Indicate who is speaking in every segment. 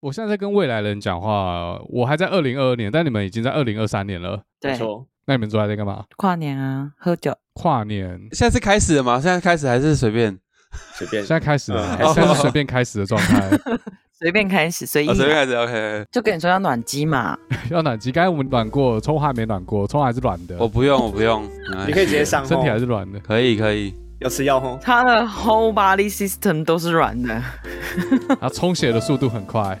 Speaker 1: 我现在在跟未来人讲话，我还在二零二二年，但你们已经在二零二三年了。
Speaker 2: 没
Speaker 3: 对，
Speaker 2: 错，
Speaker 1: 那你们昨天在干嘛？
Speaker 3: 跨年啊，喝酒，
Speaker 1: 跨年，
Speaker 4: 现在是开始了吗？现在开始还是随便？
Speaker 2: 随便
Speaker 1: 现。在开始了，
Speaker 2: 嗯
Speaker 1: 还现在是随便开始的状 态。
Speaker 3: 随便开始，随意
Speaker 4: 哦，随便
Speaker 3: 啊，
Speaker 4: 开始，OK。
Speaker 3: 就跟你说要暖机嘛，
Speaker 1: 要暖机，刚才我们暖过，葱还没暖过，葱还是软的，
Speaker 4: 我不哦用，我不用。哎
Speaker 2: 你可以直接上
Speaker 1: 身体还
Speaker 2: 吼
Speaker 1: 是软的。
Speaker 4: 可以，可以。
Speaker 2: 要吃药哦吼，
Speaker 3: 他的 whole body system 都是软的。
Speaker 1: 啊，充血的速度很快。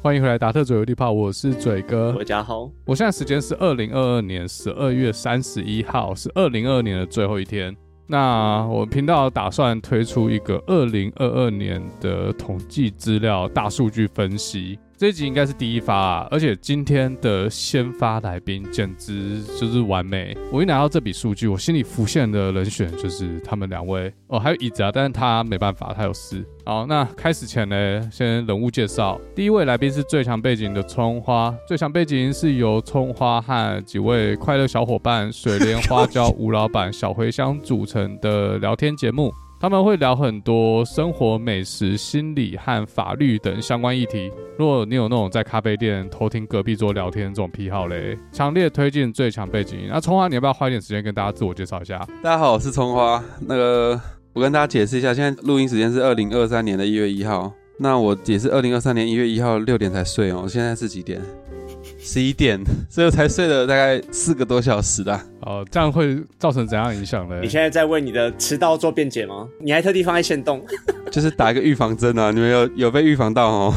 Speaker 1: 欢迎回来，达特嘴有地炮，我是嘴哥
Speaker 2: 我。家哦吼，
Speaker 1: 我现在时间是二零二二年十二月三十一号，是二零二二年的最后一天。那我频道打算推出一个二零二二年的统计资料大数据分析，这一集应该是第一发、啊，而且今天的先发来宾简直就是完美。我一拿到这笔数据，我心里浮现的人选就是他们两位哦，还有椅子啊，但是他没办法，他有事。好，那开始前呢，先人物介绍。第一位来宾是最强背景的葱花，最强背景是由葱花和几位快乐小伙伴水莲花椒、吴老板、小茴香组成的聊天节目。他们会聊很多生活、美食、心理和法律等相关议题。如果你有那种在咖啡店偷听隔壁桌聊天这种癖好嘞，强烈推荐最强背景音。那葱花，你要不要花一点时间跟大家自我介绍一下？
Speaker 4: 大家好，我是葱花。那个，我跟大家解释一下，现在录音时间是二零二三年的一月一号。那我也是二零二三年一月一号六点才睡哦。现在是几点？十一点，所以我才睡了大概四个多小时啦。
Speaker 1: 呃，这样会造成怎样的影响嘞
Speaker 2: 你？现在在为你的迟到做辩解吗？你还特地放在线动，
Speaker 4: 就是打一个预防针啊， 你们有有被预防到哦？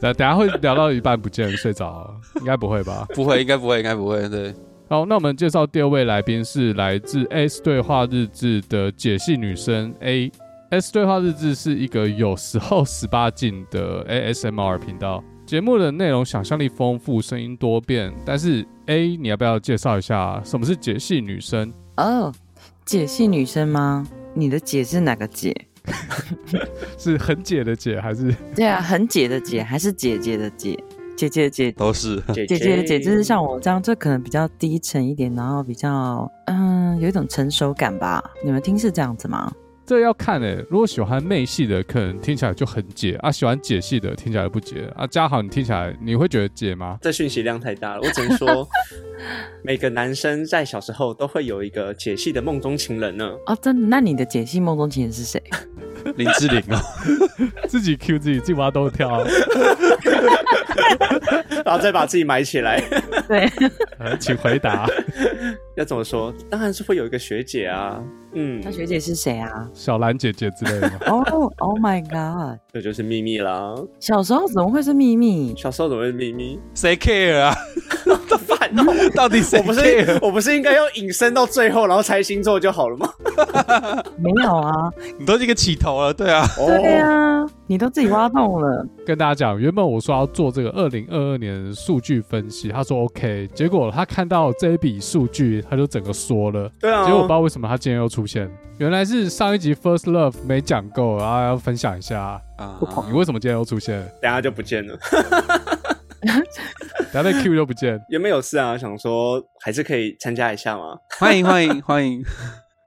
Speaker 1: 等等下会聊到一半不见睡着，应该不会吧？
Speaker 4: 不会，应该不会，应该不会。对，
Speaker 1: 好，那我们介绍第二位来宾是来自 S 对话日志的解析女生 A。S 对话日志是一个有时候十八禁的 ASMR 频道，节目的内容想象力丰富，声音多变。但是 A，你要不要介绍一下什么是解析女生？
Speaker 3: 哦，姐系女生吗？你的姐是哪个姐？
Speaker 1: 是很解的解还是？
Speaker 3: 对啊，很姐的姐，还是姐姐的姐？姐姐的姐，
Speaker 4: 都是。
Speaker 2: 姐
Speaker 3: 姐姐的姐，就是像我这样，这可能比较低沉一点，然后比较嗯，有一种成熟感吧。你们听是这样子吗？
Speaker 1: 这要看诶、如果喜欢妹系的，可能听起来就很解啊；喜欢解系的，听起来不解啊。嘉豪，你听起来你会觉得解吗？
Speaker 2: 这讯息量太大了，我只能 说，每个男生在小时候都会有一个解析的梦中情人呢。
Speaker 3: 哦，真的？那你的姐系梦中情人是谁？
Speaker 4: 林志玲哦，
Speaker 1: 自己 Q 自己，自己挖洞跳、啊。
Speaker 2: 然后再把自己埋起来。
Speaker 3: 对，
Speaker 1: 呃，请回答。
Speaker 2: 要怎么说？当然是会有一个学姐啊，嗯
Speaker 3: 那，学姐是谁 啊？？
Speaker 1: 小兰姐姐之类的吗
Speaker 3: 哦、o h my god！
Speaker 2: 这就是秘密啦。
Speaker 3: 小时候怎么会是秘密？
Speaker 2: 小时候怎么会秘密？
Speaker 4: 谁 care 啊？
Speaker 2: 烦哦！
Speaker 4: 到底谁
Speaker 2: 我不
Speaker 4: care？
Speaker 2: 是我不是应该要引申到最后，然后猜星座就好了吗？
Speaker 3: 没有啊，
Speaker 4: 你都这个起头了，对啊。
Speaker 3: 对
Speaker 2: 哦
Speaker 3: 啊，你都自己挖洞了。
Speaker 1: 跟大家讲，原本我说要做这个二零二二年数据分析，他说 OK，结果他看到这一笔数据，他就整个缩了。
Speaker 2: 对啊，
Speaker 1: 结果我不知道为什么他今天又出现，原来是上一集 First Love 没讲够，然后要分享一下。
Speaker 4: 啊
Speaker 2: 哦
Speaker 1: 你为什么今天又出现？
Speaker 2: 等一下就不见了。
Speaker 1: 等下那 Q 又不见。
Speaker 2: 原本有事啊，想说还是可以参加一下嘛。
Speaker 4: 欢迎欢迎欢迎！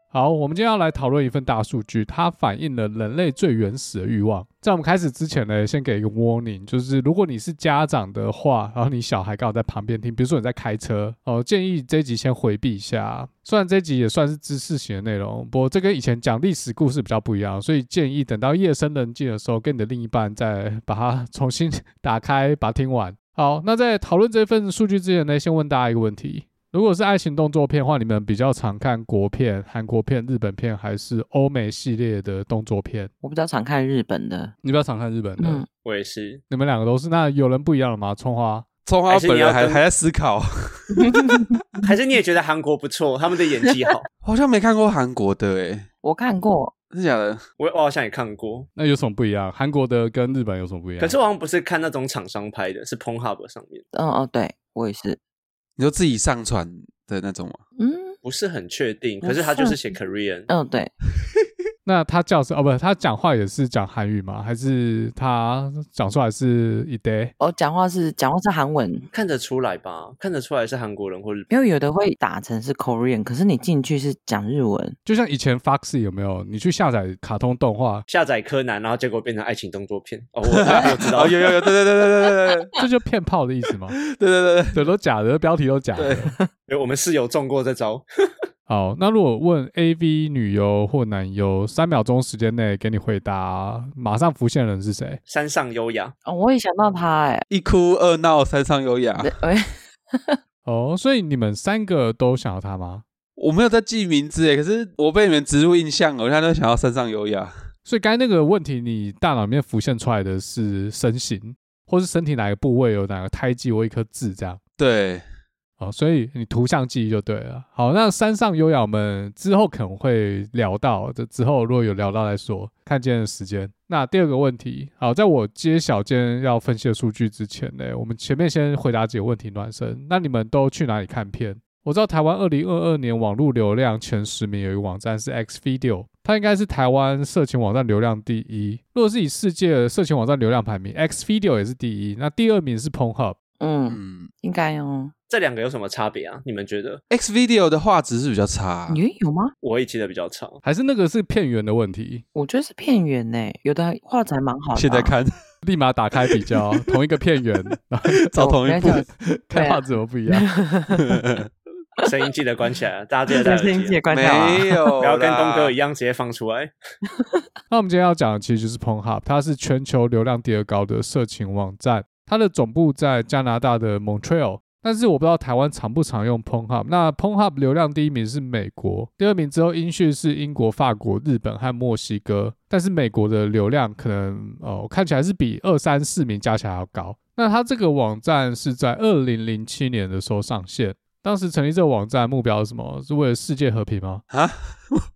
Speaker 1: 好，我们今天要来讨论一份大数据，它反映了人类最原始的欲望。在我们开始之前呢，先给一个 warning，就是如果你是家长的话，然后你小孩刚好在旁边听，比如说你在开车，哦，建议这一集先回避一下。虽然这一集也算是知识型的内容，不过这跟以前讲历史故事比较不一样，所以建议等到夜深人静的时候，跟你的另一半再把它重新打开，把它听完。好，那在讨论这份数据之前呢，先问大家一个问题：如果是爱情动作片的话，你们比较常看国片、韩国片、日本片，还是欧美系列的动作片？
Speaker 3: 我比较常看日本的，
Speaker 1: 你比较常看日本的，
Speaker 3: 嗯，
Speaker 2: 我也是，
Speaker 1: 你们两个都是。那有人不一样了吗？葱花，
Speaker 4: 葱花本人还还在思考，
Speaker 3: 嗯
Speaker 2: 还是你也觉得韩国不错，他们的演 技好，
Speaker 4: 好像没看过韩国的诶，
Speaker 3: 我看过，
Speaker 4: 是假的？
Speaker 2: 我我好像也看过，
Speaker 1: 那有什么不一样？韩国的跟日本有什么不
Speaker 3: 啊
Speaker 1: 一样？
Speaker 2: 可是我好像不是看那种厂商拍的，是 Pornhub 上面，
Speaker 3: 嗯哦，对我也是，
Speaker 4: 你说自己上传的那种吗？
Speaker 3: 嗯
Speaker 2: 不是很确定。
Speaker 3: 不
Speaker 2: 可
Speaker 3: 是哦
Speaker 2: 是他就是写 Korean，
Speaker 3: 嗯对，
Speaker 1: 那他叫声哦，不，他讲话也是讲韩语吗？还是他讲出来是一 day？
Speaker 3: 我讲话是讲话是韩文，
Speaker 2: 看得出来吧？看得出来是韩国人或日
Speaker 3: 因为有的会打成是 Korean，可是你进去是讲日文，
Speaker 1: 就像以前 Foxy 有没有？你去下载卡通动画，
Speaker 2: 下载柯南，然后结果变成爱情动作片。 哦，我大概知道，
Speaker 4: 哦，有有有，对对对对对对对
Speaker 1: 这就骗炮的意 思吗？
Speaker 4: 对对对对
Speaker 1: 对，都假的，标题都假的
Speaker 4: 对。
Speaker 2: 有我们室友中过这招。
Speaker 1: 好，那如果问 A V 女优或男优，三秒钟时间内给你回答，马上浮现的人是谁？
Speaker 2: 山上优雅，
Speaker 3: 哦，我也想到他哎、
Speaker 4: 一哭二闹三上优雅。
Speaker 3: 对哎、
Speaker 1: 哦，所以你们三个都想要他吗？
Speaker 4: 我没有在记名字诶，可是我被你们植入印象了，我现在都想要山上优雅。
Speaker 1: 所以刚才那个问题，你大脑里面浮现出来的是身形，或是身体哪个部位有哪个胎记或一颗痣这样。
Speaker 4: 对，
Speaker 1: 哦，所以你图像记忆就对了。好，那山上优雅我们之后可能会聊到，这之后如果有聊到再说，看今天的时间。那第二个问题，好，在我揭晓今天要分析的数据之前呢，我们前面先回答几个问题暖身。那你们都去哪里看片？我知道台湾二零二二年网络流量前十名有一个网站是 Xvideo，它应该是台湾色情网站流量第一。如果是以世界的色情网站流量排名，Xvideo 也是第一，那第二名是 Pornhub。
Speaker 3: 嗯，
Speaker 4: 嗯
Speaker 3: 应该哦。
Speaker 2: 这两个有什么差别啊？你们觉得？
Speaker 4: ，X Video 的画质是比较差，啊
Speaker 3: 你有吗？
Speaker 2: 我也记得比较长。
Speaker 1: 还是那个是片源的问题，
Speaker 3: 我觉得是片源呢、有的画质还蛮好的啊、
Speaker 4: 现在
Speaker 2: 哦
Speaker 4: 看
Speaker 1: 立马打开比较同一个片源，然后
Speaker 4: 找同一部
Speaker 3: 我
Speaker 2: 哦
Speaker 3: 跟你
Speaker 1: 看
Speaker 3: 对啊
Speaker 1: 画质怎么不一样？
Speaker 2: 声音记得关起来啊，大家记得戴
Speaker 3: 讲，
Speaker 2: 耳
Speaker 3: 声
Speaker 2: 机啊
Speaker 3: 音记得关掉啊。
Speaker 4: 没有，
Speaker 2: 不要跟东哥一。样直接放出来。
Speaker 1: 那我们今天要讲的其实就是 Pornhub，它是全球流量第二高的色情网站，它的总部在加拿大的 Montreal。但是我不知道台湾常不常用 Pornhub。那 Pornhub 流量第一名是美国，第二名之后音讯是英国、法国、日本和墨西哥。但是美国的流量可能哦，看起来是比二三四名加起来还要高。那它这个网站是在二零零七年的时候上线，当时成立这个网站的目标是什么？是为了世界和平吗？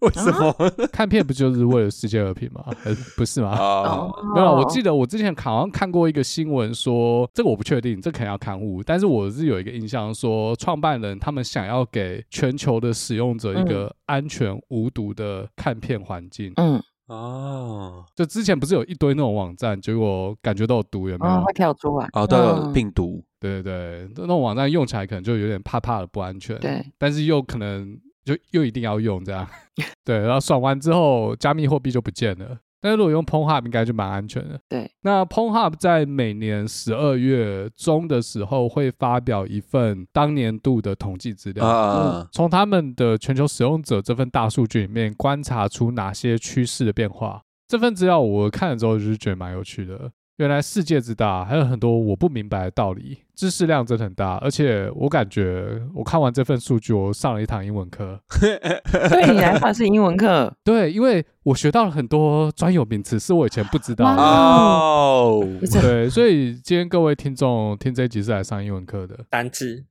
Speaker 4: 为什么？
Speaker 1: 看片不就是为了世界和平吗？还是不
Speaker 2: 啊
Speaker 1: 是吗？
Speaker 4: 哦，
Speaker 3: 哦，
Speaker 1: 没有啦，啊我记得我之前好像看过一个新闻说，这个我不确定，这可能要刊物，但是我是有一个印象说，创办人他们想要给全球的使用者一个安全无毒的看片环境。
Speaker 3: 嗯，
Speaker 4: 哦，
Speaker 1: 就之前不是有一堆那种网站，结果感觉都有毒，有没有？
Speaker 3: 哦，会跳出来。
Speaker 4: 哦，都有
Speaker 3: 嗯
Speaker 4: 病毒，
Speaker 1: 对对对，那种网站用起来可能就有点怕怕的不安全。
Speaker 3: 对，
Speaker 1: 但是又可能就又一定要用这样。 对，然后爽完之后，加密货币就不见了。但是如果用 PornHub 应该就蛮安全的。
Speaker 3: 对，
Speaker 1: 那 PornHub 在每年十二月中的时候会发表一份当年度的统计资料。
Speaker 4: 啊，
Speaker 1: 从他们的全球使用者这份大数据里面观察出哪些趋势的变化。这份资料我看了之后就是觉得蛮有趣的。原来世界之大，还有很多我不明白的道理，知识量真的很大。而且我感觉我看完这份数据，我上了一堂英文课。
Speaker 3: 对你来说是英文课，
Speaker 1: 对，因为我学到了很多专有名词，是我以前不知道
Speaker 3: 哇
Speaker 2: 嗯
Speaker 1: 的。
Speaker 4: 哦，
Speaker 1: 对，所以今天各位听众听这一集是来上英文课的。
Speaker 2: 单字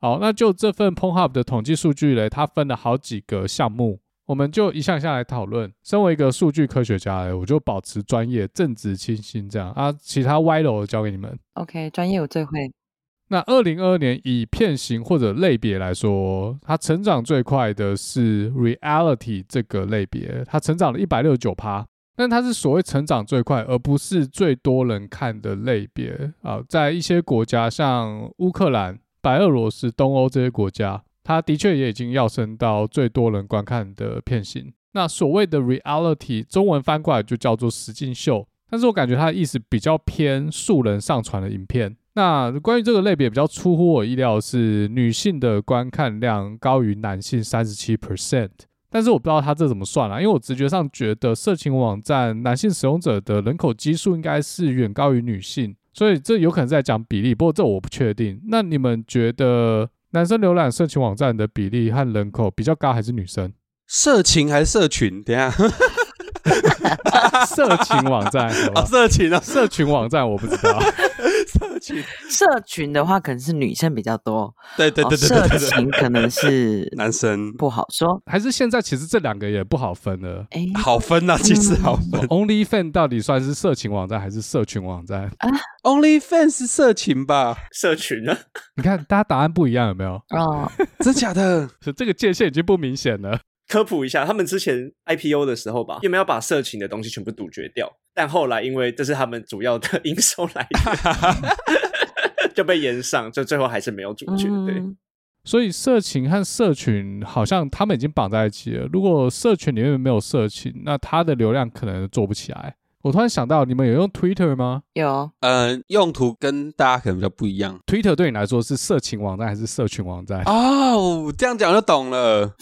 Speaker 1: 好，那就这份 Pornhub 的统计数据嘞，它分了好几个项目，我们就一项一项来讨论。身为一个数据科学家嘞，我就保持专业、正直、清新这样啊，其他歪楼交给你们。
Speaker 3: OK，专业我最会。
Speaker 1: 那二零二二年以片型或者类别来说，它成长最快的是 reality 这个类别，它成长了一百六十九趴。但它是所谓成长最快，而不是最多人看的类别啊、在一些国家，像乌克兰、白俄罗斯、东欧这些国家，它的确也已经跃升到最多人观看的片型。那所谓的 reality，中文翻过来就叫做实境秀，但是我感觉它的意思比较偏素人上传的影片。那关于这个类别比较出乎我意料的是，女性的观看量高于男性三十七 percent，但是我不知道它这怎么算啊啦、因为我直觉上觉得色情网站男性使用者的人口基数应该是远高于女性，所以这有可能在讲比例，不过这我不确定。那你们觉得男生浏览色情网站的比例和人口比较高，还是女 生？
Speaker 4: 社情还是社群？等一下，
Speaker 1: 色情网站，好 吧
Speaker 4: 哦，社群啊，
Speaker 1: 社群网站我不知道。
Speaker 4: 社群，
Speaker 3: 社群的话，可能是女生比较多，
Speaker 4: 对对
Speaker 3: 哦
Speaker 4: 对对对
Speaker 3: 社
Speaker 4: 对对，
Speaker 3: 群可能是
Speaker 4: 男生
Speaker 3: 不好说。
Speaker 1: 还是现在其实这两个也不好分了。
Speaker 3: 哎，
Speaker 4: 好分呐，其实好 分。
Speaker 1: OnlyFan 到底算是色情网站还是社群网站？
Speaker 4: OnlyFans 是色情吧？
Speaker 2: 社群呢？
Speaker 1: 你看，大家答案不一样，有没有？
Speaker 3: 哦，
Speaker 4: 真假的？
Speaker 1: 所以这个界限已经不明显了。
Speaker 2: 科普一下，他们之前 IPO 的时候吧，原本要把色情的东西全部杜绝掉，但后来因为这是他们主要的 营收来 源，就被延上，就最后还是没有主角。对，
Speaker 3: 嗯，
Speaker 1: 所以社群和社群好像他们已经绑在一起了。如果社群里面没有社群，那它的流量可能做不起来。我突然想到，你们有用 Twitter 吗
Speaker 3: 有
Speaker 4: 嗯，用途跟大家可能比较不一样。
Speaker 1: ？Twitter 对你来说是社群网站还是社群网站？
Speaker 4: 哦，这样讲就懂了。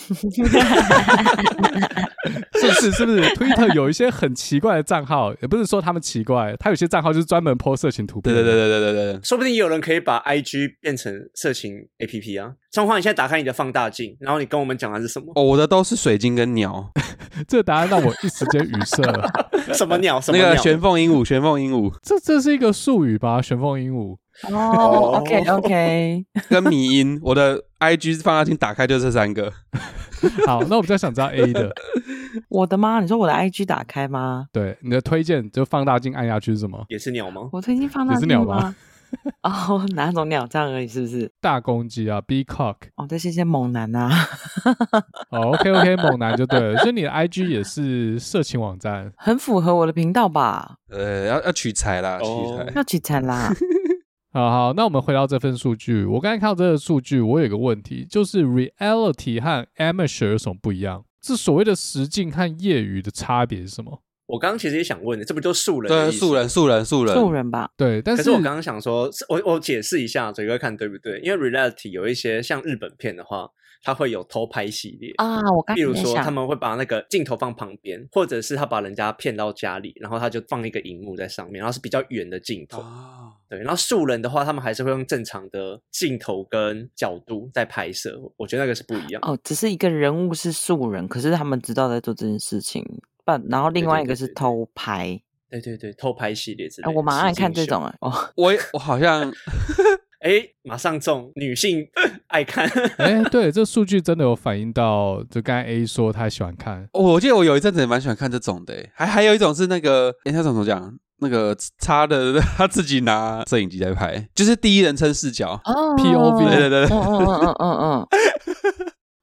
Speaker 1: 是不 是？是不是？Twitter 有一些很奇怪的账号，也不是说他们奇怪，它有些账号就是专门 po 社群图
Speaker 4: 对
Speaker 1: 片。
Speaker 4: 对对对对对对，
Speaker 2: 说不定有人可以把 IG 变成色情 APP 啊。双花，你现在打开你的放大镜，然后你跟我们讲的是什么？
Speaker 4: 哦，我的都是水晶跟鸟，
Speaker 1: 对，这个答案让我一时间语塞了。
Speaker 2: 什么鸟？什么
Speaker 4: 那
Speaker 2: 鸟？
Speaker 4: 个玄凤鹦鹉，玄凤鹦鹉
Speaker 1: 这这是一个术语吧？玄凤鹦鹉。
Speaker 3: 哦，OK OK，
Speaker 4: 跟迷音，我的 IG 放大镜打开就这三个。
Speaker 1: 好，那我比较想知道 A 的，
Speaker 3: 我的妈，你说我的 IG 打开吗？
Speaker 1: 对你的推荐就放大镜按下去是什么？
Speaker 2: 也是鸟吗？
Speaker 3: 我最近放大
Speaker 1: 也是
Speaker 3: 镜
Speaker 1: 鸟吧
Speaker 3: 吗？哦，哪种鸟这样而已，是不是？
Speaker 1: 大公鸡啊，B cock。
Speaker 3: 哦，对，谢谢猛男啊，
Speaker 1: 哦，OK OK，猛 男就对了。所以你的 IG 也是色情网站。
Speaker 3: 很符合我的频道吧？
Speaker 4: 呃，要要取材啦，取
Speaker 2: 哦
Speaker 4: 材。
Speaker 3: 要取餐 啦，
Speaker 1: 好好，那我们回到这份数据。我刚才看到这个数据，我有一个问题，就是 reality 和 amateur 有什么不一样？这所谓的实境和业余的差别是什么？
Speaker 2: 我刚刚其实也想问的，这不就素人？
Speaker 4: 对，啊素。人，素人，素人，
Speaker 3: 素人吧？
Speaker 1: 对，但
Speaker 2: 可
Speaker 1: 是
Speaker 3: 嗯
Speaker 2: 是我 刚刚想说，是我我解释一下，嘴哥看对不对？因为 reality 有一些像日本片的话，它会有偷拍系列
Speaker 3: 啊，我刚
Speaker 2: 比如
Speaker 3: 才在
Speaker 2: 说，他
Speaker 3: 想，
Speaker 2: 们会把那个镜头放旁边，或者是他把人家骗到家里，然后他就放一个荧幕在上面，然后是比较远的镜头。
Speaker 4: 哦
Speaker 2: 对，然后素人的话，他们还是会用正常的镜头跟角度在拍摄，我觉得那个是不一样。
Speaker 3: 哦，只是一个人物是素人，可是他们知道在做这件事情，不，然后另
Speaker 2: 对
Speaker 3: 外
Speaker 2: 对
Speaker 3: 一
Speaker 2: 对
Speaker 3: 个是
Speaker 2: 对对
Speaker 3: 偷拍，
Speaker 2: 对对对，偷拍系列之类
Speaker 3: 哎，
Speaker 2: 的。
Speaker 3: 我蛮爱
Speaker 2: 实境
Speaker 3: 看这
Speaker 2: 秀
Speaker 3: 种，哎，哦，
Speaker 4: 我也我好像，
Speaker 2: 哎，马上中女性 爱看。
Speaker 1: 哎，对，这数据真的有反映到，就刚才 A 说他喜欢看
Speaker 4: 哦我记得我有一阵子也蛮喜欢看这种的欸，还还有一种是那个，哎、他怎么讲？那个插的 他自己拿摄影机在拍，就是第一人称视角。
Speaker 3: 哦
Speaker 1: POV
Speaker 4: 对对对
Speaker 3: 嗯嗯
Speaker 4: 对，
Speaker 3: 嗯嗯嗯嗯，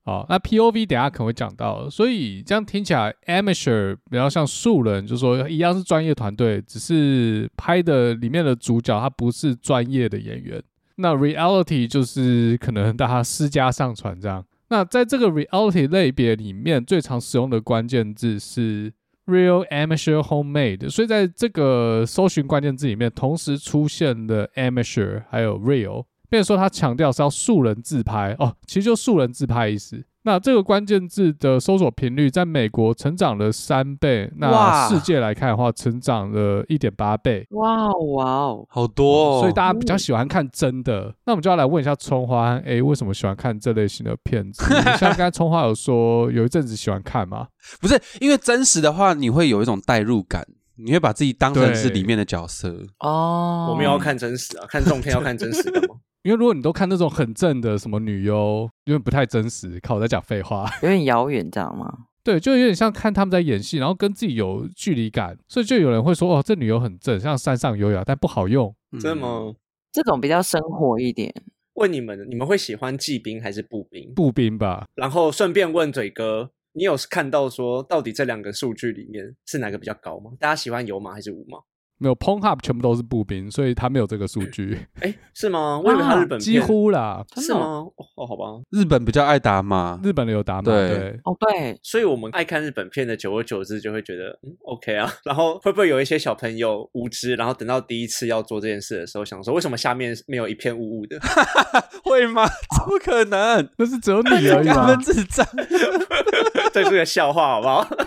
Speaker 1: 好，那 POV 等一下可能会讲到，所以这样听起来 amateur 比较像素人，就是说一样是专业团队，只是拍的里面的主角他不是专业的演员。那 reality 就是可能大家私家上传这样。那在这个 reality 类别里面，最常使用的关键字是 real amateur homemade，所以在这个搜寻关键字里面，同时出现了 amateur 还有 real。变成说他强调是要素人自拍哦，其实就素人自拍意思。那这个关键字的搜索频率在美国成长了三倍，那
Speaker 4: 哇
Speaker 1: 世界来看的话，成长了一点八倍。
Speaker 3: 哇哦哇哦，
Speaker 4: 好多、哦，
Speaker 1: 所以大家比较喜欢看真的。那我们就要来问一下葱花和 A 为什么喜欢看这类型的片子？像刚才葱花有说有一阵子喜欢看嘛，
Speaker 4: 不是因为真实的话，你会有一种代入感，你会把自己当成是里面的角色。嗯
Speaker 3: 哦，
Speaker 2: 我们要看真实啊，看这种片要看真实的吗？
Speaker 1: 因为如果你都看那种很正的什么女优，因为不太真实，靠我在讲废话。
Speaker 3: 有点遥远，知道吗？
Speaker 1: 对，就有点像看他们在演戏，然后跟自己有距离感，所以就有人会说哦，这女优很正，像山上优雅，但不好用。
Speaker 3: 哦
Speaker 4: 嗯
Speaker 2: 真的？吗？
Speaker 3: 这种比较生活一点，
Speaker 2: 问你们，你们会喜欢骑兵还是步兵？
Speaker 1: 步兵吧，
Speaker 2: 然后顺便问嘴哥，你有看到说到底这两个数据里面是哪个比较高吗？大家喜欢有马还是无马？
Speaker 1: 没有 p o n h u b 全部都是步兵，所以他没有这个数据，
Speaker 2: 哎，是吗？我以为他 日本片
Speaker 1: 啊几乎啦。
Speaker 3: 真
Speaker 2: 是
Speaker 3: 的
Speaker 2: 吗？哦，好吧。
Speaker 4: 日本比较爱打嘛，
Speaker 1: 日本人有打码，
Speaker 4: 对
Speaker 1: 对，
Speaker 3: 哦，对，
Speaker 2: 所以我们爱看日本片的，久而久之就会觉得，嗯，OK 啊。 然后会不会有一些小朋友无知，然后等到第一次要做这件事的时候，想说为什么下面没有一片雾雾的？
Speaker 4: 会吗？ 怎么可能？
Speaker 1: 那是只有你而已
Speaker 4: 他
Speaker 1: 啊
Speaker 4: 们。智障。
Speaker 2: 这是个笑话，好不好？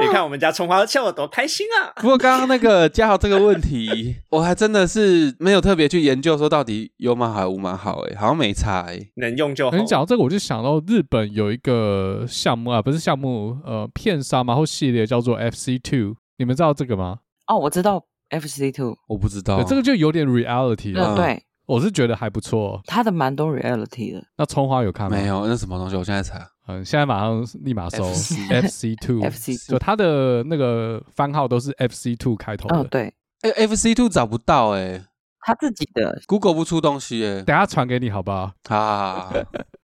Speaker 2: 你看我们家葱花笑得多开心啊！
Speaker 4: 不过刚刚那个嘉豪这个问题， 我还真的是没有特别去研究说到底有马好还是无马好、欸，哎，好像没差、欸，
Speaker 2: 能用就好。
Speaker 1: 你讲到这个，我就想到日本有一个项目啊，不是项目，呃，片商嘛或系列叫做 FC Two，你们知道这个吗？
Speaker 3: 哦，我知道 FC Two，
Speaker 4: 我不知道
Speaker 1: 对，这个就有点 reality 了。
Speaker 4: 嗯
Speaker 3: 嗯，对，
Speaker 1: 我是觉得还不错。
Speaker 3: 他的蛮多 reality 的
Speaker 1: 那葱花有看吗？
Speaker 4: 没。有，那什么东西？我现在查。
Speaker 1: 嗯，现在马上立马搜 FC Two。
Speaker 3: FC
Speaker 1: 就
Speaker 3: Two，
Speaker 1: 它的那个番号都是 FC Two 开头的。
Speaker 3: 哦，对，
Speaker 4: 哎、f c Two 找不到哎、
Speaker 3: 他自己的
Speaker 4: g o o g l e 不出东西哎、
Speaker 1: 等一下传给你好不好？
Speaker 4: 啊，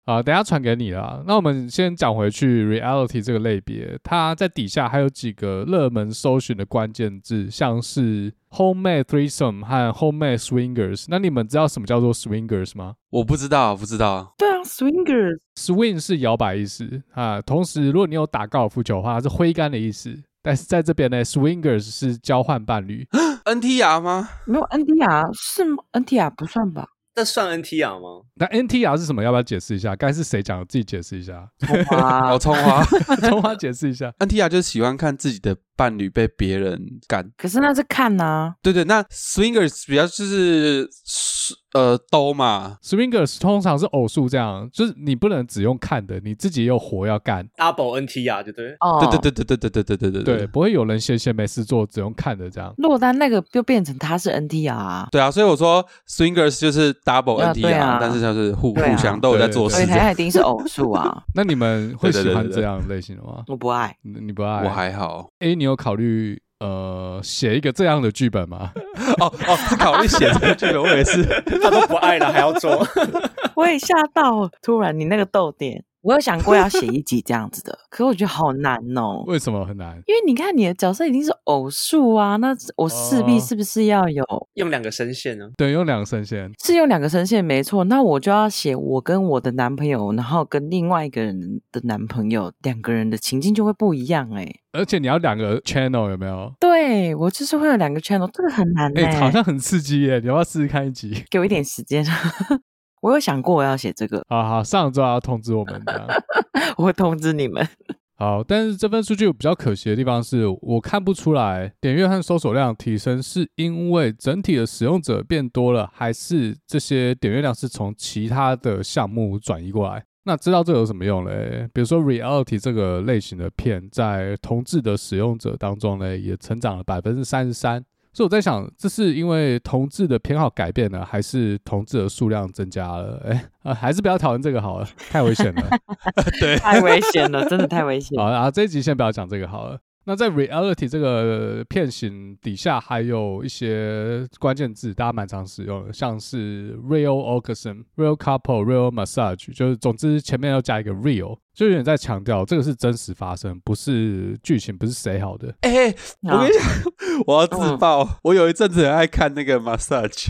Speaker 1: 啊、等一下传给你啦。那我们先讲回去 reality 这个类别，它在底下还有几个热门搜寻的关键字，像是 homemade threesome 和 homemade swingers。那你们知道什么叫做 swingers 吗
Speaker 4: 我不知道，不知道。
Speaker 3: 对啊，swingers，
Speaker 1: ？swing 是摇摆意思啊，同时如果你有打高尔夫球的话，它是挥杆的意思。但是在这边呢，swingers 是交换伴侣，
Speaker 4: NTR 吗？
Speaker 3: 没有 NDR 是吗 NDR 不算 吧？
Speaker 2: 那算 NTR 吗？
Speaker 1: 那 NTR 是什么？要不要解释一下？该是谁讲的？自己解释一下。
Speaker 4: 哦，
Speaker 3: 哇，
Speaker 4: 葱 花。
Speaker 1: 通花解释一下。
Speaker 4: NTR 就是喜欢看自己的伴侣被别人干。
Speaker 3: 可是那是看呐、
Speaker 4: 对对，那 swingers 比较就是呃兜嘛，
Speaker 1: Swingers 通常是偶数这样，就是你不能只用看的，你自己也有活要干。
Speaker 2: double NTR 就对。
Speaker 3: 哦，
Speaker 4: 对对对对对对对对对
Speaker 1: 对，
Speaker 4: 对
Speaker 1: 不会有人闲闲没事做，只用看的这样。
Speaker 3: 落单那个就变成他是 NDR，啊
Speaker 4: 对啊！所以我说 swingers 就是 double
Speaker 3: 啊
Speaker 4: NTR，、
Speaker 3: 对啊
Speaker 4: 但是就是互、
Speaker 3: 对啊
Speaker 4: 互相都有在做
Speaker 1: 对。
Speaker 3: 所
Speaker 4: 事
Speaker 3: 以
Speaker 4: 这
Speaker 3: 他
Speaker 4: 样。
Speaker 3: 一定是偶数啊
Speaker 1: 那你们会
Speaker 4: 对
Speaker 1: 喜
Speaker 4: 对对
Speaker 1: 欢
Speaker 4: 对
Speaker 1: 这样类型的吗？
Speaker 3: 我 不爱，
Speaker 1: 你你不爱？
Speaker 4: 我还好
Speaker 1: A，你有考虑呃写一个这样的剧本 吗？
Speaker 4: 哦哦，是考虑写这个剧本，我也是。
Speaker 2: 他都不爱了，还要做，
Speaker 3: 我也吓到，突然你那个逗点，我有想过要写一集这样子的，可我觉得好难哦。
Speaker 1: 为什么很难？
Speaker 3: 因为你看你的角色一定是偶数啊，那我势必
Speaker 1: 哦
Speaker 3: 是不是要有、
Speaker 2: 用两个声线呢、
Speaker 1: 对，用两个声线。
Speaker 3: 是有两个声线没错？那我就要写我跟我的男朋友，然后跟另外一个人的男朋友，两个人的情境就会不一样哎、
Speaker 1: 而且你要两个 channel 有没有？
Speaker 3: 对我就是会有两个 channel，这个很难
Speaker 1: 哎、
Speaker 3: 哎、
Speaker 1: 好像很刺激耶！你要不要试试看一集？
Speaker 3: 给我一点时间。 我有想过我要写这个，
Speaker 1: 好好，上周要通知我们这样。
Speaker 3: 我会通知你们。
Speaker 1: 好，但是这份数据比较可惜的地方是我看不出来点阅和搜索量提升是因为整体的使用者变多了，还是这些点阅量是从其他的项目转移过来？那知道这有什么用嘞？比如说 reality 这个类型的片，在同志的使用者当中呢，也成长了百分之三十三。所以我在想，这是因为同志的偏好改变了，还是同志的数量增加了？哎、呃，还是不要讨论这个好了，太危险了。
Speaker 3: 太危险了，真的太危险
Speaker 1: 好
Speaker 3: 了。
Speaker 1: 啊，这一集先不要讲这个好了。那在 reality 这个片型底下，还有一些关键字大家蛮常使用的，像是 real orgasm、real couple、real massage，就是总之前面要加一个 real，就有点在强调这个是真实发生，不是剧情，不是谁好的。
Speaker 4: 哎、我跟你
Speaker 3: 啊
Speaker 4: 讲， 我要自爆。我有一阵子很爱看那个 massage，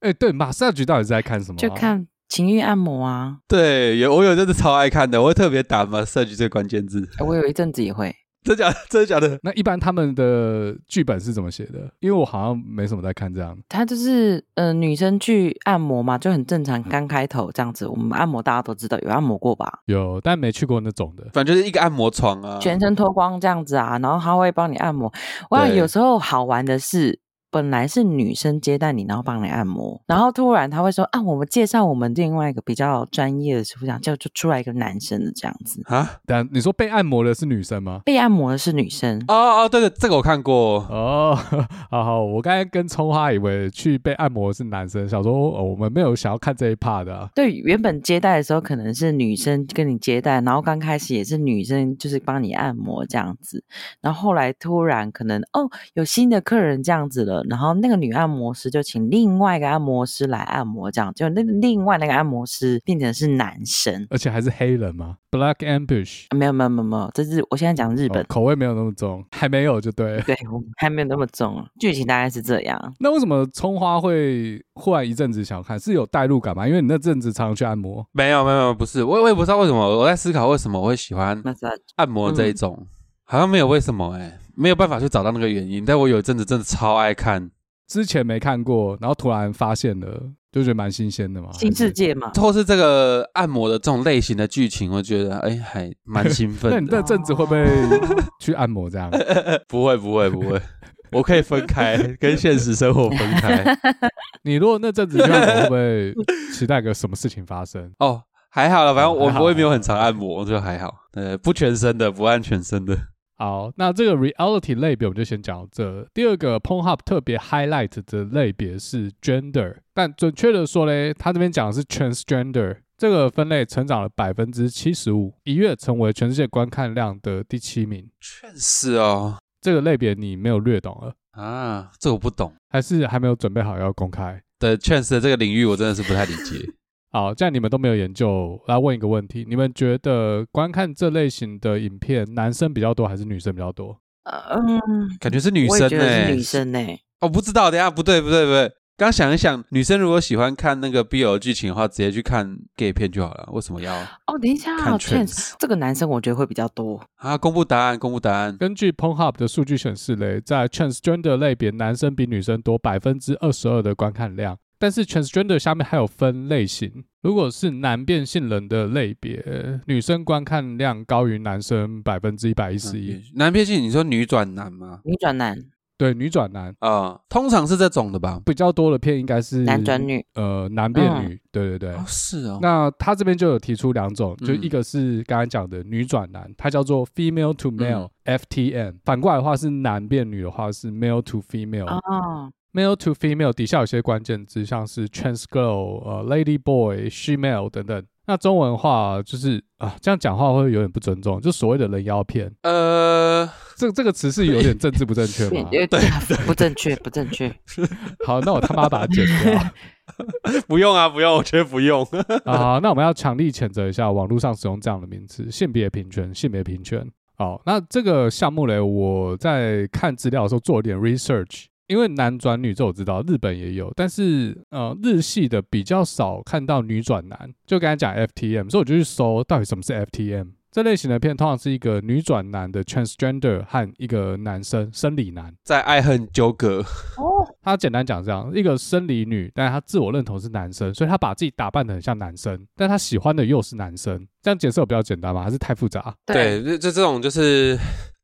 Speaker 1: 哎，对，massage 到底是在看什么啊、
Speaker 3: 就看情欲按摩啊，
Speaker 4: 对，有我有一阵子超爱看的，我会特别打 massage 这个关键字。
Speaker 3: 我有一阵子也会。
Speaker 4: 真假的？真的假的？
Speaker 1: 那一般他们的剧本是怎么写的？因为我好像没什么在看这样。
Speaker 3: 他就是呃，女生去按摩嘛，就很正常。刚开头这样子，我们按摩大家都知道，有按摩过吧？
Speaker 1: 有，但没去过那种的。
Speaker 4: 反正就是一个按摩床啊，
Speaker 3: 全身脱光这样子啊，然后他会帮你按摩。哇，
Speaker 4: 对
Speaker 3: 有时候好玩的是，本来是女生接待你，然后帮你按摩，然后突然他会说啊，我们介绍我们另外一个比较专业的师傅，这样就就出来一个男生的这样子。
Speaker 4: 啊。
Speaker 1: 但你说被按摩的是女生吗？
Speaker 3: 被按摩的是女生，
Speaker 4: 哦哦，对对，这个我看过。
Speaker 1: 哦， 好好，我刚才跟葱花以为去被按摩的是男生，想说、哦、我们没有想要看这一 part 的啊、
Speaker 3: 对，原本接待的时候可能是女生跟你接待，然后刚开始也是女生就是帮你按摩这样子，然后后来突然可能哦有新的客人这样子了，然后那个女按摩师就请另外一个按摩师来按摩，这样就那个另外那个按摩师变成是男生，
Speaker 1: 而且还是黑人嘛，Black Ambush，
Speaker 3: 啊没有没有没有没有，这是我现在讲日
Speaker 1: 哦
Speaker 3: 本，
Speaker 1: 口味没有那么重，还没有就对 了。
Speaker 3: 对我还没有那么重啊，剧情大概是这样，
Speaker 1: 那为什么葱花会忽然一阵子想看？是有代入感吗？因为你那阵子常常去按摩，
Speaker 4: 没有没有没有，不是我我也不知道为什么，我在思考为什么我会喜欢
Speaker 3: 那是啊
Speaker 4: 按摩这一种，好像没有为什么哎、没有办法去找到那个原因。但我有一阵子真的超爱看，
Speaker 1: 之前没看过，然后突然发现了，就觉得蛮新鲜的嘛。
Speaker 3: 新世
Speaker 1: 还是。
Speaker 3: 界嘛，
Speaker 4: 或是这个按摩的这种类型的剧情，我觉得哎还蛮兴
Speaker 1: 那
Speaker 4: 奋
Speaker 1: 你
Speaker 4: 的。
Speaker 1: 那阵子会不会
Speaker 3: 哦
Speaker 1: 去按摩这样？
Speaker 4: 不会不会不 会，我可以分开，跟现实生活分 开。
Speaker 1: 你如果那阵子去按摩，会不会期待个什么事情发生？
Speaker 4: 哦，还好了，反正
Speaker 1: 哦还
Speaker 4: 我
Speaker 1: 好
Speaker 4: 我也没有很常按摩，就还好。呃，不全身的，不按全身的。
Speaker 1: 好，那这个 reality 类别我们就先讲到这。第二个 Pornhub 特别 highlight 的类别是 gender，但准确的说嘞，它这边讲的是 transgender 这个分类成长了百分之七十五，一跃成为全世界观看量的第七名。
Speaker 4: 确实哦，
Speaker 1: 这个类别你没有略懂了，
Speaker 4: 啊，这我不懂。
Speaker 1: 还是还没有准备好要公开？
Speaker 4: 对，确实这个领域我真的是不太理解。
Speaker 1: 好，这样你们都没有研究，来问一个问题：你们觉得观看这类型的影片，男生比较多还是女生比较多？
Speaker 3: 呃嗯，
Speaker 4: 感觉是女
Speaker 3: 我
Speaker 4: 生
Speaker 3: 也
Speaker 4: 呢、
Speaker 3: 觉得是女生呢、
Speaker 4: 哦，不知道，等一下不对不对不对。刚想一想，女生如果喜欢看那个 BL 剧情的话，直接去看 gay 片就好了。为什么 要
Speaker 3: 哦，等一下
Speaker 4: 看
Speaker 3: ，trans
Speaker 4: trans
Speaker 3: 这个男生我觉得会比较多。
Speaker 4: 啊？公布答案，公布答案。
Speaker 1: 根据 Pornhub 的数据显示嘞，在 transgender 类别，男生比女生多百分之二十二的观看量。但是 transgender 下面还有分类型，如果是男变性人的类别，女生观看量高于男生百分之一百一十一，
Speaker 4: 嗯男片性，你说女转男吗？
Speaker 3: 女转男，
Speaker 1: 对，女转男
Speaker 3: 嗯
Speaker 4: 啊、通常是这种的吧？
Speaker 1: 比较多的片应该是
Speaker 3: 男转，女，嗯
Speaker 1: 呃，男变女，对对对。
Speaker 4: 哦，是哦。
Speaker 1: 那他这边就有提出两种，
Speaker 4: 嗯
Speaker 1: 就一个是刚刚讲的女转男，它叫做 female to male、FTM，反过来的话是男变女的话是 male to female，、
Speaker 3: 哦，
Speaker 1: male to female 底下有些关键字，像是 trans girl、呃 lady boy、shemale 等等。那中文的话就是啊，这样讲话会有点不尊重，就所谓的人妖片，
Speaker 4: 呃，
Speaker 1: 这这个词是有点政治不正 确
Speaker 3: 对
Speaker 1: 吗？
Speaker 3: 对对，不正确，不正 确。
Speaker 1: 好，那我他妈把它剪掉
Speaker 4: 不用啊，不用，我觉得不用。
Speaker 1: 啊！好那我们要强力谴责一下网络上使用这样的名词，性别平权，性别平权。好，那这个项目嘞，我在看资料的时候做了点 research，因为男转女这我知道，日本也有，但是呃，日系的比较少看到女转男，就刚才讲 FTM，所以我就去搜到底什么是 FTM。这类型的片通常是一个女转男的 transgender 和一个男生生理男，
Speaker 4: 在爱恨纠葛，
Speaker 3: 哦，
Speaker 1: 他简单讲这样，一个生理女，但是她自我认同是男生，所以她把自己打扮得很像男生，但她喜欢的又是男生。这样解释有比较简单吗？还是太复杂？啊
Speaker 3: 对
Speaker 4: 对，就就这种就是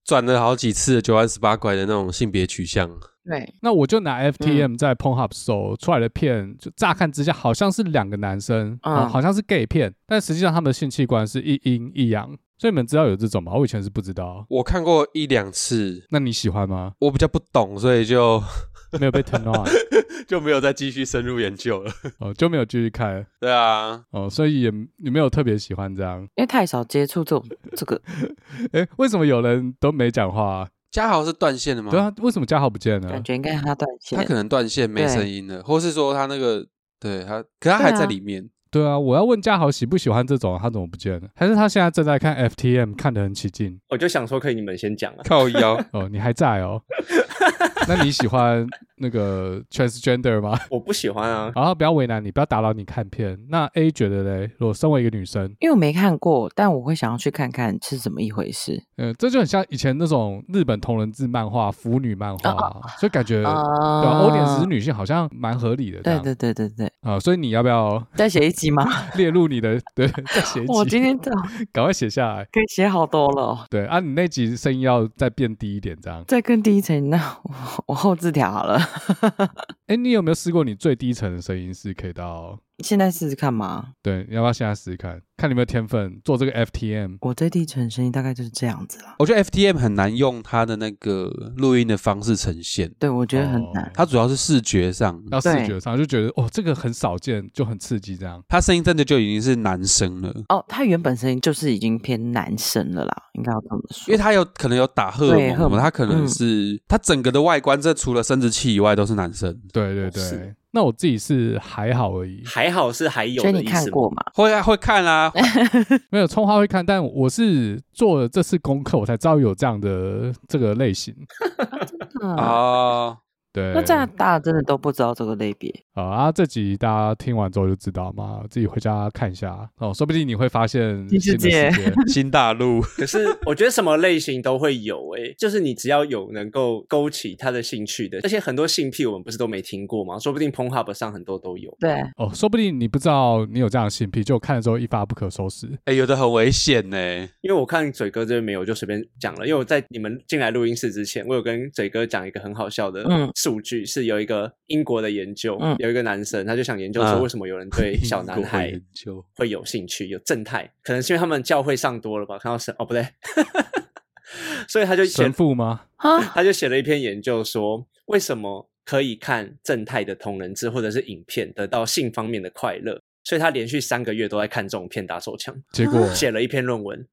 Speaker 4: 转了好几次九弯十八拐的那种性别取向。
Speaker 3: 对，
Speaker 1: 那我就拿 FTM 在 Pornhub 搜出来的片，就乍看之下好像是两个男生，
Speaker 3: 嗯
Speaker 1: 啊，好像是 gay 片，但实际上他们的性器官是一阴一阳。所以你们知道有这种吗？我以前是不知道。
Speaker 4: 我看过一两次，？
Speaker 1: 那你喜欢吗
Speaker 4: 我比较不懂，所以就
Speaker 1: 没有被 turn on，
Speaker 4: 就没有再继续深入研究了。
Speaker 1: 哦，就没有继续看
Speaker 4: 对啊，
Speaker 1: 哦，所以也也没有特别喜欢这样。
Speaker 3: 因为太少接触这种这个，
Speaker 1: 诶，为什么有人都没讲话啊、
Speaker 4: 嘉豪是断线的吗？
Speaker 1: 对啊，为什么嘉豪不见了
Speaker 3: 感？觉应该他断线
Speaker 4: 他。可能断线没
Speaker 3: 对
Speaker 4: 声音了，或是说他那个对他，可他还
Speaker 3: 对啊
Speaker 4: 在里面。
Speaker 1: 对啊，我要问嘉豪喜不喜欢这种，他怎么不见了？还是他现在正在看 FTM，看得很起劲？
Speaker 2: 我就想说，可以你们先讲啊。
Speaker 4: 靠腰，
Speaker 1: 哦，你还在 哦？那你喜欢那个 transgender 吗？
Speaker 2: 我不喜欢啊，
Speaker 1: 然后不要为难你，不要打扰你看片。那 A 觉得嘞，如果身为一个女生，
Speaker 3: 因为我没看过，但我会想要去看看是怎么一回事。
Speaker 1: 呃，这就很像以前那种日本同人志漫画、腐女漫画，
Speaker 3: 哦
Speaker 1: 所以感觉、呃对吧？
Speaker 3: 啊
Speaker 1: 欧点只是女性，好像蛮合理的这
Speaker 3: 对
Speaker 1: 样。
Speaker 3: 对对对对，
Speaker 1: 啊、所以你要不要
Speaker 3: 再写一集吗？
Speaker 1: 列入你的对 再写一
Speaker 3: 我
Speaker 1: 集
Speaker 3: 今？天这
Speaker 1: 赶快写下来。
Speaker 3: 可以写好多了哦，
Speaker 1: 对啊，你那集声音要再变低一点，这样。
Speaker 3: 再更低一层，那我我后置调好了。
Speaker 1: 哎，你有没有试过你最低沉的声音是可以到？
Speaker 3: 现在试试看嘛，
Speaker 1: 对，你要不要现在试试看？看你有没有天分做这个 FTM？
Speaker 3: 我最低沉声音大概就是这样子了。
Speaker 4: 我觉得 FTM 很难用它的那个录音的方式呈现，
Speaker 3: 对，我觉得很
Speaker 1: 哦
Speaker 3: 难。
Speaker 4: 它主要是视觉上，
Speaker 1: 要视
Speaker 3: 对
Speaker 1: 觉上就觉得哦，这个很少见，就很刺激这样。
Speaker 4: 它声音真的就已经是男生了，
Speaker 3: 哦，他原本声音就是已经偏男生了啦，应该要这么
Speaker 4: 因
Speaker 3: 说
Speaker 4: 为。它有可能有打荷尔
Speaker 3: 对
Speaker 4: 蒙
Speaker 3: 荷
Speaker 4: 什
Speaker 3: 尔蒙
Speaker 4: 么，它可能
Speaker 3: 嗯
Speaker 4: 是它整个的外观，这除了生殖器以外都是男生。
Speaker 1: 对对对
Speaker 2: 是，
Speaker 1: 那我自己是还好而已，
Speaker 2: 还好是还有
Speaker 3: 所以
Speaker 2: 的
Speaker 3: 你
Speaker 2: 意
Speaker 3: 看
Speaker 2: 思吗。
Speaker 3: 过嘛？
Speaker 4: 会啊，会看 啊，
Speaker 1: 没有葱花会看，但我是做了这次功课，我才知道有这样的这个类型。
Speaker 3: 啊，
Speaker 4: 啊，
Speaker 1: 对，
Speaker 3: 那这样大家真的都不知道这个类别。
Speaker 1: 好啊，这集大家听完之后就知道嘛，自己回家看一下哦，说不定你会发现
Speaker 3: 新世
Speaker 1: 新的世
Speaker 3: 界
Speaker 1: 界。
Speaker 4: 新大陆，
Speaker 2: 可是我觉得什么类型都会有诶、就是你只要有能够勾起他的兴趣的，而且很多性癖我们不是都没听过吗？说不定 Pornhub 上很多都有。
Speaker 3: 对，
Speaker 1: 哦，说不定你不知道你有这样的性癖，就看了之后一发不可收拾。
Speaker 4: 哎，有的很危险呢。
Speaker 2: 因为我看嘴哥这边没有，我就随便讲了。因为我在你们进来录音室之前，我有跟嘴哥讲一个很好笑的
Speaker 3: 嗯
Speaker 2: 数据，是有一个英国的研究，
Speaker 3: 嗯
Speaker 2: 有一个男生他就想研究说
Speaker 4: 嗯
Speaker 2: 为什么有人 对小男孩
Speaker 4: 研究
Speaker 2: 会有兴趣，有正太，可能是因为他们教会上多了吧，看到神哦不对， 所以他就写
Speaker 1: 神父吗？
Speaker 3: 啊，
Speaker 2: 他就写了一篇研究说，为什么可以看正太的同人志或者是影片得到性方面的快乐，所以他连续三个月都在看这种片打手枪，
Speaker 1: 结果
Speaker 2: 写了一篇论文，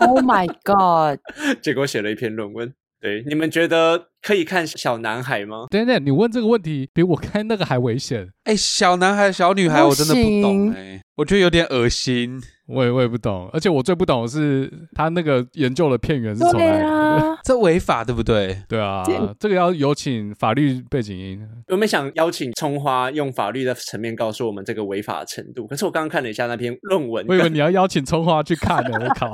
Speaker 3: Oh my god！
Speaker 2: 结果写了一篇论文，对，你们觉得可以看小男孩吗？
Speaker 1: 等等，你问这个问题比我看那个还危险，
Speaker 4: 哎、小男孩、小女孩，
Speaker 3: 不
Speaker 4: 我真的不懂
Speaker 3: 行
Speaker 4: 哎、我觉得有点恶心。
Speaker 1: 我也我也不懂，而且我最不懂的是他那个研究的片源是从哪里来的。
Speaker 3: 啊，
Speaker 4: 这违法对不对？
Speaker 1: 对啊
Speaker 3: 这，
Speaker 1: 这个要有请法律背景音。
Speaker 2: 我们想邀请葱花用法律的层面告诉我们这个违法的程度。可是我刚刚看了一下那篇论文，
Speaker 1: 我以为你要邀请葱花去看呢，我靠！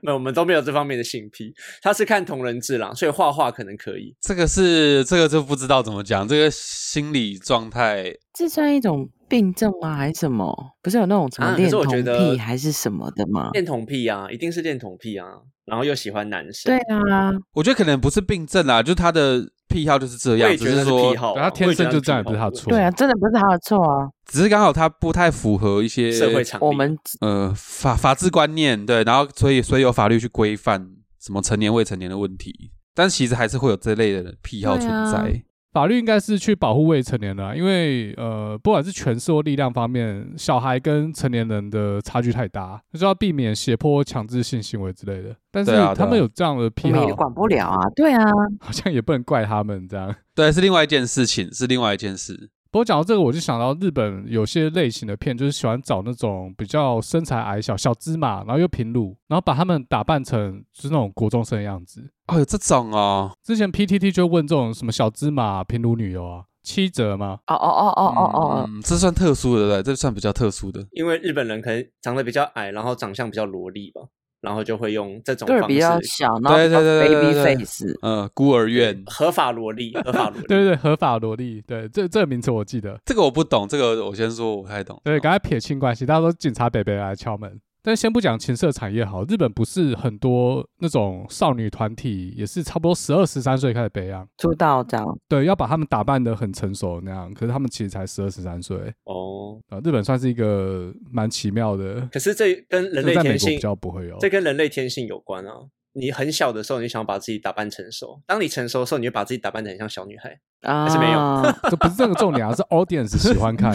Speaker 2: 没 有我们都没有这方面的性癖。他是看同人志啦，所以画画可能可以。
Speaker 4: 这个是这个就不知道怎么讲，这个心理状态
Speaker 3: 这算一种病症吗？还是什么？不是有那种什
Speaker 2: 啊
Speaker 3: 么
Speaker 2: 可
Speaker 3: 恋
Speaker 2: 是我
Speaker 3: 童
Speaker 2: 觉得
Speaker 3: 癖还是什么的吗？
Speaker 2: 恋童癖啊，一定是恋童癖啊，然后又喜欢男生
Speaker 3: 对，啊，
Speaker 4: 我觉得可能不是病症啦，就他的癖好就是这
Speaker 2: 我也
Speaker 4: 样，
Speaker 2: 觉
Speaker 4: 只
Speaker 2: 得
Speaker 4: 是
Speaker 2: 是
Speaker 4: 说
Speaker 2: 癖，好啊、
Speaker 1: 他天生就这样也不是他的错
Speaker 3: 对啊，真的不是他的错啊。
Speaker 4: 只是刚好他不太符合一些
Speaker 2: 社会常理
Speaker 3: 我们
Speaker 4: 呃法法治观念，对，然后所以所以有法律去规范什么成年未成年的问题，但其实还是会有这类的癖好
Speaker 3: 对
Speaker 4: 存
Speaker 3: 啊
Speaker 4: 在。
Speaker 1: 法律应该是去保护未成年人、啊，因为呃，不管是权势或力量方面，小孩跟成年人的差距太大，就是要避免胁迫、强制性行为之类的。但是
Speaker 4: 对啊对啊
Speaker 1: 他们有这样的
Speaker 3: 我
Speaker 1: 癖
Speaker 3: 们
Speaker 1: 好
Speaker 3: 也，管不了啊。对啊，
Speaker 1: 好像也不能怪他们这样。
Speaker 4: 对，是另外一件事情，是另外一件事。
Speaker 1: 不过讲到这个，我就想到日本有些类型的片，就是喜欢找那种比较身材矮小、小芝麻，然后又平乳，然后把他们打扮成就是那种国中生的样子。
Speaker 4: 哦，有这种哦，
Speaker 1: 之前 PTT 就问这种什么小芝麻、平乳女优啊，七折吗？
Speaker 3: 哦哦哦哦哦哦，
Speaker 4: 嗯，这算特殊的，对，这算比较特殊的。
Speaker 2: 因为日本人可能长得比较矮，然后长相比较萝莉吧，然后就会用这种
Speaker 3: 对，
Speaker 2: 方
Speaker 3: 比较
Speaker 2: 式
Speaker 3: 小，然后
Speaker 4: 对
Speaker 3: 比较
Speaker 4: 对对对
Speaker 3: baby
Speaker 4: 对对
Speaker 3: face，
Speaker 4: 呃，孤儿院，
Speaker 2: 合法萝莉，合法萝
Speaker 1: 对
Speaker 2: 莉。
Speaker 1: 对对，合法萝莉，对这这个名词我记得。
Speaker 4: 这个我不懂，这个我先说我不太懂。
Speaker 1: 对，刚才撇清关系，大家说警察北北来敲门。但先不讲情色产业好，日本不是很多那种少女团体，也是差不多十二十三岁开始培养，
Speaker 3: 出道这样。
Speaker 1: 对，要把他们打扮得很成熟那样，可是他们其实才十二十三岁
Speaker 2: 哦，
Speaker 1: 啊。日本算是一个蛮奇妙的，
Speaker 2: 可是这跟人类
Speaker 1: 在
Speaker 2: 天
Speaker 1: 美国
Speaker 2: 性
Speaker 1: 比较不会有。
Speaker 2: 这跟人类天性有关啊。你很小的时候，你想把自己打扮成熟；当你成熟的时候，你就把自己打扮得很像小女孩。
Speaker 3: 啊，
Speaker 2: 是没有
Speaker 1: 这不是这个重点啊，是 audience 喜欢 看。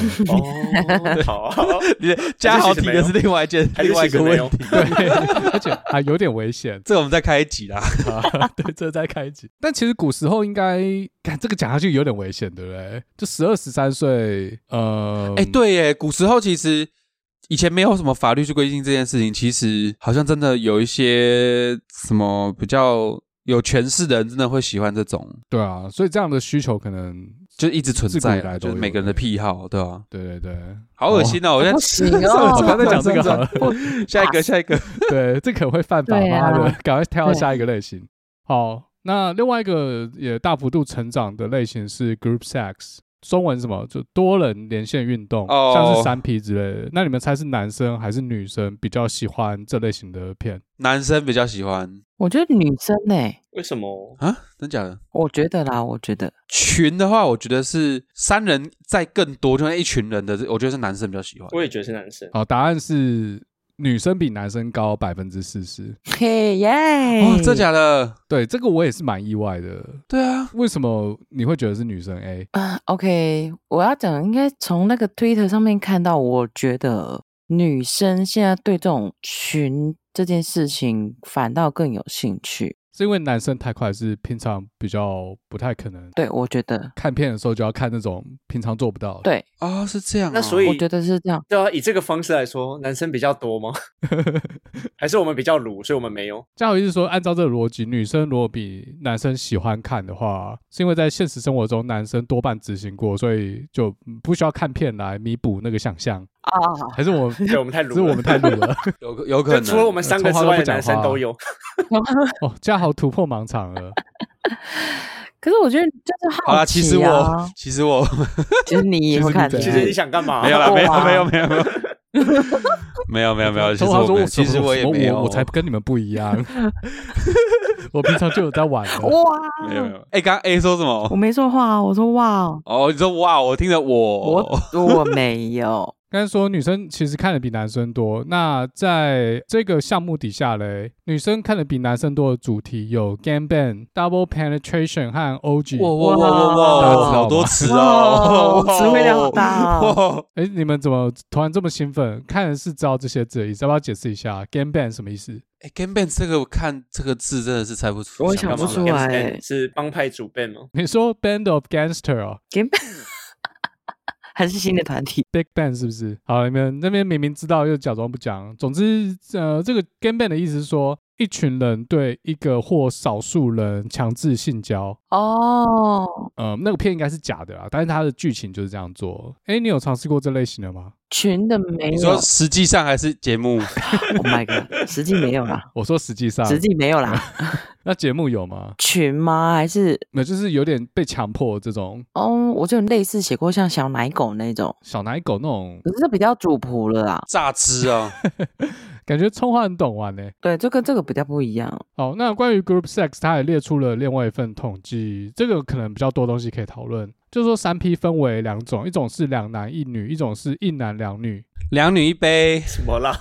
Speaker 2: 哦，好，
Speaker 4: 你的加好体的是另外一件
Speaker 2: 还是
Speaker 4: 另外一
Speaker 2: 其实
Speaker 4: 个
Speaker 2: 没
Speaker 4: 问
Speaker 2: 有
Speaker 4: 题，
Speaker 1: 对，而且还有点危 险。
Speaker 4: 这个我们再开一集啦。
Speaker 1: 啊，对，这在开集。但其实古时候应该，看这个讲下去有点危险，对不对？就十二十三岁，呃，
Speaker 4: 哎、，对耶，古时候其实以前没有什么法律去规定这件事情，其实好像真的有一些什么比较有权势的人，真的会喜欢这种，
Speaker 1: 对啊，所以这样的需求可能，
Speaker 4: 就一直存在
Speaker 1: 自古以
Speaker 4: 啦，
Speaker 1: 来都
Speaker 4: 就是
Speaker 1: 有
Speaker 4: 每个人的癖好，对吧、啊
Speaker 1: 对对对，
Speaker 4: 好恶心哦！我现
Speaker 3: 不
Speaker 4: 在
Speaker 3: 行
Speaker 4: 算
Speaker 3: 哦
Speaker 4: 了，
Speaker 1: 不要再讲这个好了。
Speaker 3: 不
Speaker 4: 下一个，下一个，
Speaker 1: 对，这可能会犯法，
Speaker 3: 对
Speaker 1: 妈
Speaker 3: 啊
Speaker 1: 的， 赶快跳到
Speaker 3: 对
Speaker 1: 下一个类型。好，那另外一个也大幅度成长的类型是 group sex。中文是什么就多人连线运动
Speaker 4: 哦
Speaker 1: 像是三 P 之类的。那你们猜是男生还是女生比较喜欢这类型的片？
Speaker 4: 男生比较喜欢
Speaker 3: 我觉得女生呢、
Speaker 2: 为什么？
Speaker 4: 啊，真假的？
Speaker 3: 我觉得啦，我觉得
Speaker 4: 群的话，我觉得是三人再更多，就那一群人的，我觉得是男生比较喜欢。
Speaker 2: 我也觉得是男生。
Speaker 1: 好，答案是女生比男生高百分之四十。
Speaker 3: 嘿耶，
Speaker 4: 哦，真假的？
Speaker 1: 对，这个我也是蛮意外的。
Speaker 4: 对啊，
Speaker 1: 为什么你会觉得是女生 A？
Speaker 3: 啊，OK，我要讲，应该从那个 Twitter 上面看到，我觉得女生现在对这种群这件事情反倒更有兴趣。
Speaker 1: 是因为男生太快，是平常比较不太可能
Speaker 3: 对，我觉得，
Speaker 1: 看片的时候就要看那种平常做不到的。
Speaker 3: 对
Speaker 4: 哦，是这样哦、
Speaker 2: 那所以
Speaker 3: 我觉得是这样。
Speaker 2: 对啊，以这个方式来说，男生比较多吗？还是我们比较鲁，所以我们没有？
Speaker 1: 嘉伟是说，按照这个逻辑，女生如果比男生喜欢看的话，是因为在现实生活中男生多半执行过，所以就不需要看片来弥补那个想象。
Speaker 3: 啊，
Speaker 1: 还是我们，
Speaker 2: 对，我们太
Speaker 1: 只
Speaker 2: 鲁
Speaker 1: 是
Speaker 2: 了。
Speaker 1: 我们太鲁了。
Speaker 4: 有有可
Speaker 2: 就
Speaker 4: 能，
Speaker 2: 除了我们三个之外的男生都有。
Speaker 1: 哦，嘉豪突破盲场了。
Speaker 3: 可是我觉得就是好奇、啊、
Speaker 4: 好啦，其实我，其实我
Speaker 3: 其实你也会看，
Speaker 1: 其
Speaker 2: 其
Speaker 1: 实
Speaker 2: 实你想干嘛？
Speaker 4: 没有啦，
Speaker 3: 哇
Speaker 4: 没有，没有，没有，没有，没有，没有，其实
Speaker 1: 通常
Speaker 4: 我
Speaker 1: 啊说
Speaker 4: 没有，
Speaker 1: 什
Speaker 4: 其
Speaker 1: 么
Speaker 4: 实我也
Speaker 1: 什么
Speaker 4: 没有，
Speaker 1: 我我才跟你们不一样。 我平常就有在玩的。
Speaker 3: 哇，
Speaker 4: 没有，没
Speaker 1: 啊
Speaker 4: 有。哎，刚刚 A 说什
Speaker 3: 啊我
Speaker 4: 么？
Speaker 3: 没说话，我说哇哦，
Speaker 4: 哦，你说哇，我听着我，
Speaker 3: 我我没有，
Speaker 1: 刚才说女生其实看的比男生多，那在这个项目底下嘞，女生看的比男生多的主题有 game ban、double penetration 和 OG。
Speaker 4: 哇哇哇
Speaker 3: 大家知
Speaker 4: 哇，
Speaker 1: 道
Speaker 4: 好多词哦，
Speaker 3: 哇词汇量好大哦
Speaker 4: 哇
Speaker 1: 哎，你们怎么突然这么兴奋？看的是知道这些字的意思，要不要解释一下 game ban 什么意思？
Speaker 4: 哎，game ban 这个我看这个字真的是猜不出，
Speaker 3: 我也
Speaker 4: 想
Speaker 3: 想不出
Speaker 4: 来。
Speaker 3: 来
Speaker 2: Band 是帮派主 band 吗？
Speaker 1: 你说 band of gangster 哦
Speaker 3: Game 还是新的团体，
Speaker 1: ，big band 是不是？好，你们那边明明知道又假装不讲。总之，呃，这个 game ban 的意思是说，一群人对一个或少数人强制性交。
Speaker 3: 哦，
Speaker 1: 呃，那个片应该是假的啊啦，但是它的剧情就是这样做。哎，你有尝试过这类型的吗？
Speaker 3: 群的没
Speaker 4: 你
Speaker 3: 有
Speaker 4: 说实际上还是节目？
Speaker 3: ，Oh my god，实际没有 啦，
Speaker 1: 我说实际上，
Speaker 3: 实际没有啦，
Speaker 1: 那节目有吗？
Speaker 3: 群吗？还是
Speaker 1: 那就是有点被强迫这种
Speaker 3: 哦，我就类似写过像小奶狗那种，
Speaker 1: 小奶狗那种
Speaker 3: 可是这比较主仆了啦，
Speaker 4: 榨汁啊！
Speaker 1: 感觉，葱花很懂玩呢、
Speaker 3: 对，这跟这个比较不一样。
Speaker 1: 好，那关于 group sex，它也列出了另外一份统计，这个可能比较多东西可以讨论。就是说三批分为两种，一种是两男一女，一种是一男两女。
Speaker 4: 两女一杯，
Speaker 2: 什么啦？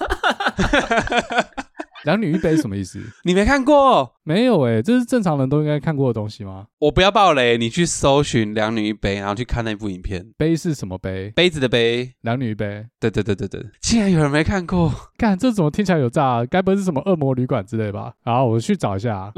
Speaker 1: 两女一杯什么意思？
Speaker 4: 你没看过？
Speaker 1: 没有诶、这是正常人都应该看过的东西吗？
Speaker 4: 我不要爆雷，你去搜寻“两女一杯”，然后去看那部影片。
Speaker 1: 杯是什么杯？
Speaker 4: 杯子的杯，
Speaker 1: 两女一杯。
Speaker 4: 对对对对对，竟然有人没看过，
Speaker 1: 看这怎么听起来有诈、啊该不会是什么恶魔旅馆之类吧？好，我去找一下。啊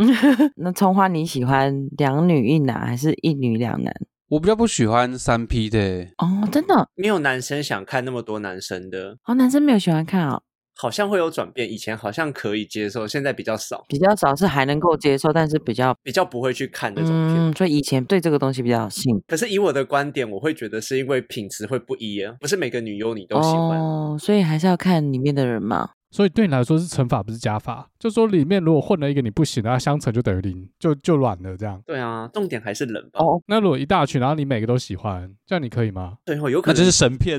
Speaker 3: 那葱花你喜欢两女一男还是一女两男？
Speaker 4: 我比较不喜欢三 P 的，
Speaker 3: 哦，真的
Speaker 2: 没有男生想看那么多男生的，
Speaker 3: 哦，男生没有喜欢看哦，
Speaker 2: 好像会有转变。以前好像可以接受，现在比较少，
Speaker 3: 比较少是还能够接受，但是比较
Speaker 2: 比较不会去看那种片。
Speaker 3: 嗯，所以以前对这个东西比较有兴趣
Speaker 2: 可是以我的观点，我会觉得是因为品质会不一啊，不是每个女优你都喜欢。
Speaker 3: 哦，所以还是要看里面的人 嘛。
Speaker 1: 所以对你来说是乘法不是加法，就说里面如果混了一个你不行的，那相乘就等于零，就就软了这样。
Speaker 2: 对啊，重点还是人吧。
Speaker 3: 哦，
Speaker 1: 那如果一大群，然后你每个都喜欢，这样你可以吗？
Speaker 2: 最后有可能
Speaker 4: 那就是神片，，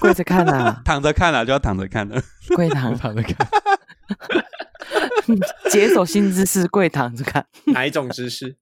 Speaker 3: 跪着看啊
Speaker 4: 躺着看了、就要躺着看了。啊
Speaker 3: 跪
Speaker 1: 我
Speaker 3: 躺，
Speaker 1: 躺着看。
Speaker 3: 解锁新姿势，跪躺着看。
Speaker 2: 哪一种姿势？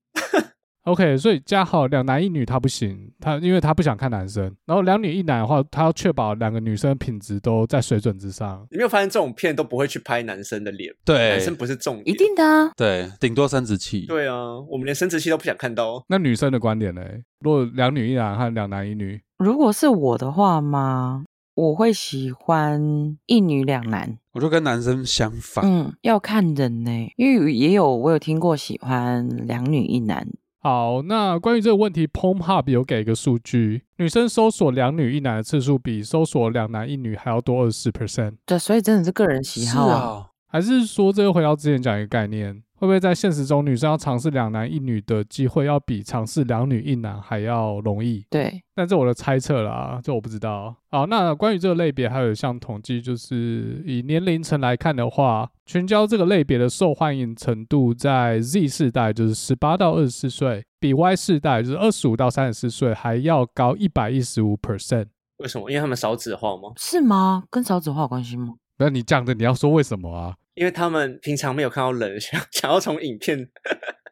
Speaker 1: OK，所以加好两男一女他不行，他因为他不想看男生，然后两女一男的话，他要确保两个女生品质都在水准之上。
Speaker 2: 你没有发现这种片都不会去拍男生的脸，男
Speaker 4: 对
Speaker 2: 生不是重点。
Speaker 3: 一定的啊，
Speaker 4: 对，顶多生殖器。
Speaker 2: 对啊，我们连生殖器都不想看到哦。
Speaker 1: 那女生的观点嘞？如果两女一男和两男一女，
Speaker 3: 如果是我的话嘛，我会喜欢一女两男。
Speaker 4: 我就跟男生相反，
Speaker 3: 嗯，要看人呢、因为也有我有听过喜欢两女一男。
Speaker 1: 好，那关于这个问题，PornHub 有给一个数据，女生搜索两女一男的次数比搜索两男一女还要多二十 percent。
Speaker 3: 对，所以真的是个人喜好
Speaker 4: 是
Speaker 3: 啊。
Speaker 4: 啊。
Speaker 1: 还是说，这个回到之前讲一个概念，会不会在现实中，女生要尝试两男一女的机会，要比尝试两女一男还要容易？
Speaker 3: 对，
Speaker 1: 但这我的猜测啦，这我不知道。好，那关于这个类别，还有一项统计，就是以年龄层来看的话，群交这个类别的受欢迎程度，在 Z 世代就是十八到二十四岁，比 Y 世代就是二十五到三十四岁还要高一百一十五 percent。
Speaker 2: 为什么？因为他们少子化吗？
Speaker 3: 是吗？跟少子化有关系吗？
Speaker 1: 那你讲的，你要说为什么啊？
Speaker 2: 因为他们平常没有看到人， 想想要从影片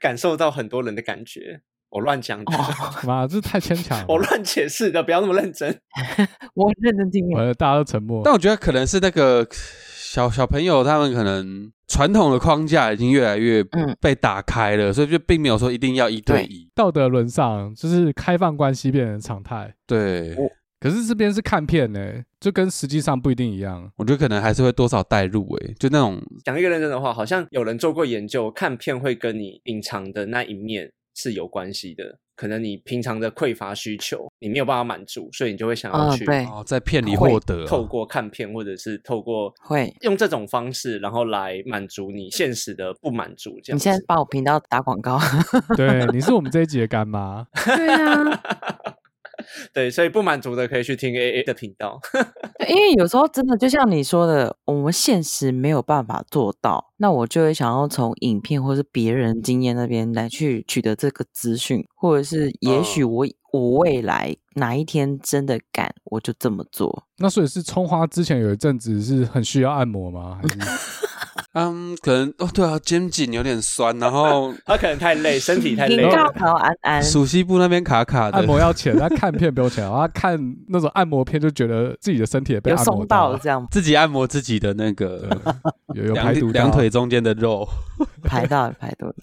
Speaker 2: 感受到很多人的感觉。我乱讲的，
Speaker 3: 哦，
Speaker 1: 妈，这太牵强
Speaker 2: 我
Speaker 1: 了。
Speaker 2: 乱解释的，不要那么认真。
Speaker 3: 我认真听了。
Speaker 1: 呃，大家都沉默。
Speaker 4: 但我觉得可能是那个小小朋友他们可能传统的框架已经越来越
Speaker 3: 嗯
Speaker 4: 被打开了，所以就并没有说一定要一对一。
Speaker 1: 道德沦丧，就是开放关系变成常态。
Speaker 4: 对，
Speaker 2: 我
Speaker 1: 可是这边是看片呢、就跟实际上不一定一 样。
Speaker 4: 我觉得可能还是会多少带入诶、就那种
Speaker 2: 讲一个认真的话，好像有人做过研究，看片会跟你隐藏的那一面是有关系的。可能你平常的匮乏需求，你没有办法满足，所以你就会想要
Speaker 3: 嗯
Speaker 2: 去
Speaker 3: 对
Speaker 4: 哦，在片里获得、
Speaker 2: 透过看片，或者是透过
Speaker 3: 会，
Speaker 2: 用这种方式，然后来满足你现实的不满足。这样
Speaker 3: 你
Speaker 2: 子
Speaker 3: 现在帮我频道打广告。
Speaker 1: 对，你是我们这一集的干妈。
Speaker 3: 对啊，
Speaker 2: 对，所以不满足的可以去听 A A 的频道。
Speaker 3: 对因为有时候真的就像你说的，我们现实没有办法做到，那我就会想要从影片或是别人经验那边来去取得这个资讯，或者是也许我、我未来哪一天真的敢，我就这么做。 啊
Speaker 1: 那所以是葱花之前有一阵子是很需要按摩吗？还是
Speaker 4: 嗯，可能哦，对啊，肩颈有点酸，然后
Speaker 2: 他可能太累，身体太累
Speaker 3: 您
Speaker 2: 了
Speaker 3: 告。诉安安，
Speaker 4: 属西部那边卡卡的
Speaker 1: 按，摩要钱，他看片不用钱，他看那种按摩片就觉得自己的身体也被
Speaker 3: 有
Speaker 1: 按摩
Speaker 3: 松到
Speaker 1: 了
Speaker 3: 这样
Speaker 4: 自己按摩自己的那
Speaker 1: 对
Speaker 4: 个
Speaker 1: 有有
Speaker 4: 两
Speaker 1: 排毒到
Speaker 4: 两腿。中间的肉，
Speaker 3: 排到排到了。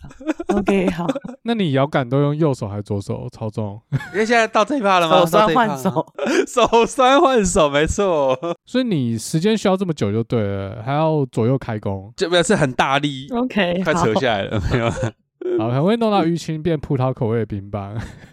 Speaker 3: OK，好，
Speaker 1: 那你摇杆都用右手还是左手操纵？
Speaker 4: 因为现在到这一趴了吗？
Speaker 3: 手酸
Speaker 4: 哦到这一趴了
Speaker 3: 换
Speaker 4: 吗
Speaker 3: 手，
Speaker 4: 手酸换手，没错，
Speaker 1: 所以你时间需要这么久就对了，还要左右开弓，
Speaker 4: 这边是很大力，
Speaker 3: OK，
Speaker 4: 快
Speaker 3: 好
Speaker 4: 扯下来了，没有？
Speaker 3: 嗯
Speaker 1: 好，很会弄到淤青变葡萄口味的冰棒。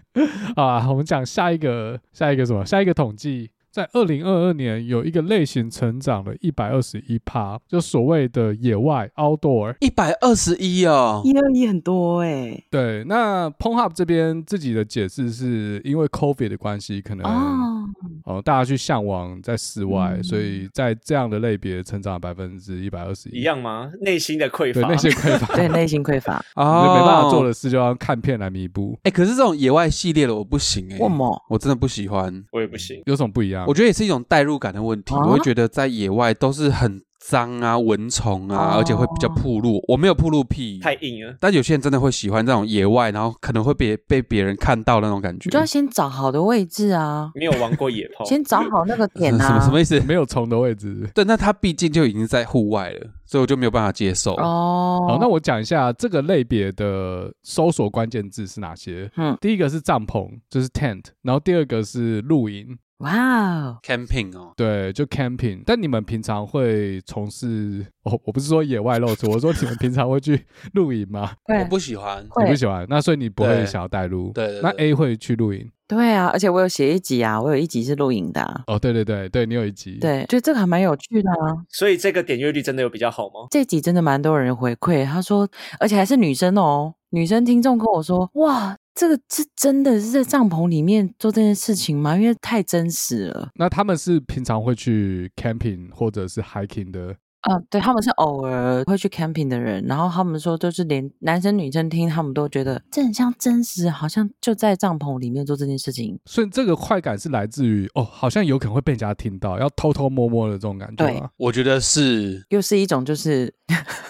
Speaker 1: 好啊，我们讲下一个，下一个什么？下一个统计，在二零二二年有一个类型成长了一百二十一趴，就所谓的野外 outdoor。
Speaker 4: 一百二十一哦，
Speaker 3: 一二一很多哎、
Speaker 1: 对，那 p o n h u b 这边自己的解释是因为 COVID 的关系，可能
Speaker 3: 哦，
Speaker 1: 哦，大家去向往在室外，
Speaker 3: 嗯
Speaker 1: 所以在这样的类别成长百分之一百二十
Speaker 2: 一，样吗？内心的匮
Speaker 1: 对
Speaker 2: 乏
Speaker 1: 那，些匮乏，
Speaker 3: 对，哦内心匮乏，
Speaker 1: 你就没办法做
Speaker 4: 了。
Speaker 1: 的事，就要看片来弥补，
Speaker 4: 哦哎、可是这种野外系列的我不行哎、
Speaker 3: 为么？
Speaker 4: 我真的不喜欢。
Speaker 2: 我也不行。
Speaker 1: 有什么不一样
Speaker 4: 我？觉得也是一种代入感的问题，
Speaker 3: 啊
Speaker 4: 我会觉得在野外都是很脏啊、蚊虫啊，
Speaker 3: 哦
Speaker 4: 而且会比较暴露。我没有暴露癖，
Speaker 2: 太硬了，
Speaker 4: 但有些人真的会喜欢这种野外，然后可能会被被别人看到那种感觉
Speaker 3: 你。就要先找好的位置啊，
Speaker 2: 没有玩过野炮，
Speaker 3: 先找好那个点
Speaker 4: 嗯什么
Speaker 3: 啊
Speaker 4: 什。么意思？
Speaker 1: 没有虫的位置。
Speaker 4: 对，那他毕竟就已经在户外了，所以我就没有办法接受。
Speaker 3: 哦，
Speaker 1: 好，那我讲一下这个类别的搜索关键字是哪些。
Speaker 3: 嗯
Speaker 1: 第一个是帐篷，就是 tent，然后第二个是露营，
Speaker 3: 哇哦，
Speaker 4: Camping 哦，
Speaker 1: 对，就 camping。但你们平常会从事？哦，我不是说野外露出，我说你们平常会 去露营吗？
Speaker 4: 我
Speaker 3: 会
Speaker 4: 不喜欢。
Speaker 3: 会
Speaker 1: 你不喜欢，那所以你不会
Speaker 4: 对
Speaker 1: 想要带路。
Speaker 4: 对对对
Speaker 1: 那 A 会去露营。
Speaker 3: 对啊，而且我有写一集啊，我有一集是录影的、啊。
Speaker 1: 哦，对对对对，你有一集。
Speaker 3: 对，就这个还蛮有趣的啊！
Speaker 2: 所以这个点阅率真的有比较好吗？
Speaker 3: 这集真的蛮多人回馈，他说，而且还是女生哦，女生听众跟我说，哇，这个是真的是在帐篷里面做这件事情吗？因为太真实了。
Speaker 1: 那他们是平常会去 camping 或者是 hiking 的，
Speaker 3: 嗯，对，他们是偶尔会去 camping 的人，然后他们说，就是连男生女生听，他们都觉得这很像真实，好像就在帐篷里面做这件事情。
Speaker 1: 所以这个快感是来自于哦，好像有可能会被人家听到，要偷偷摸摸的这种感觉
Speaker 3: 对
Speaker 1: 吗？
Speaker 4: 我觉得是，
Speaker 3: 又是一种就是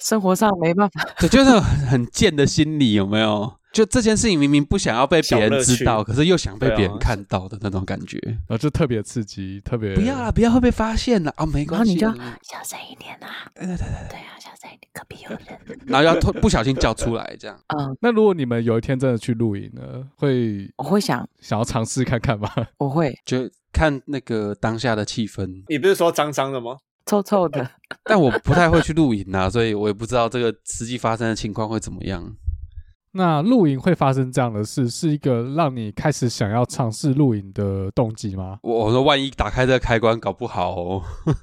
Speaker 3: 生活上没办法，
Speaker 4: 对，就是 很很贱的心理，有没有？就这件事情明明不想要被别
Speaker 2: 小
Speaker 4: 人
Speaker 2: 乐趣
Speaker 4: 知道，可是又想被
Speaker 2: 对啊，
Speaker 4: 别人看到的那种感觉。
Speaker 1: 然后呃就特别刺激，特别
Speaker 4: 不要啦，不要会被发现啦。啊，没
Speaker 3: 然后
Speaker 4: 关系
Speaker 3: 你就
Speaker 4: 啦。
Speaker 3: 要小声一点啊，
Speaker 4: 对对对对，
Speaker 3: 对啊，小声一点，隔壁有人。
Speaker 4: 然后要偷不小心叫出来这样。
Speaker 3: 嗯，
Speaker 1: 那如果你们有一天真的去露营呢，会
Speaker 3: 我会想，
Speaker 1: 想要尝试看看吗？
Speaker 3: 我会
Speaker 4: 就看那个当下的气氛
Speaker 2: 你不是说脏脏的吗？
Speaker 3: 臭臭的，
Speaker 4: 但我不太会去露营 啊，所以我也不知道这个实际发生的情况会怎么样。
Speaker 1: 那露营会发生这样的事，是一个让你开始想要尝试露营的动机吗？
Speaker 4: 我我说万一打开这个开关搞不好、哦，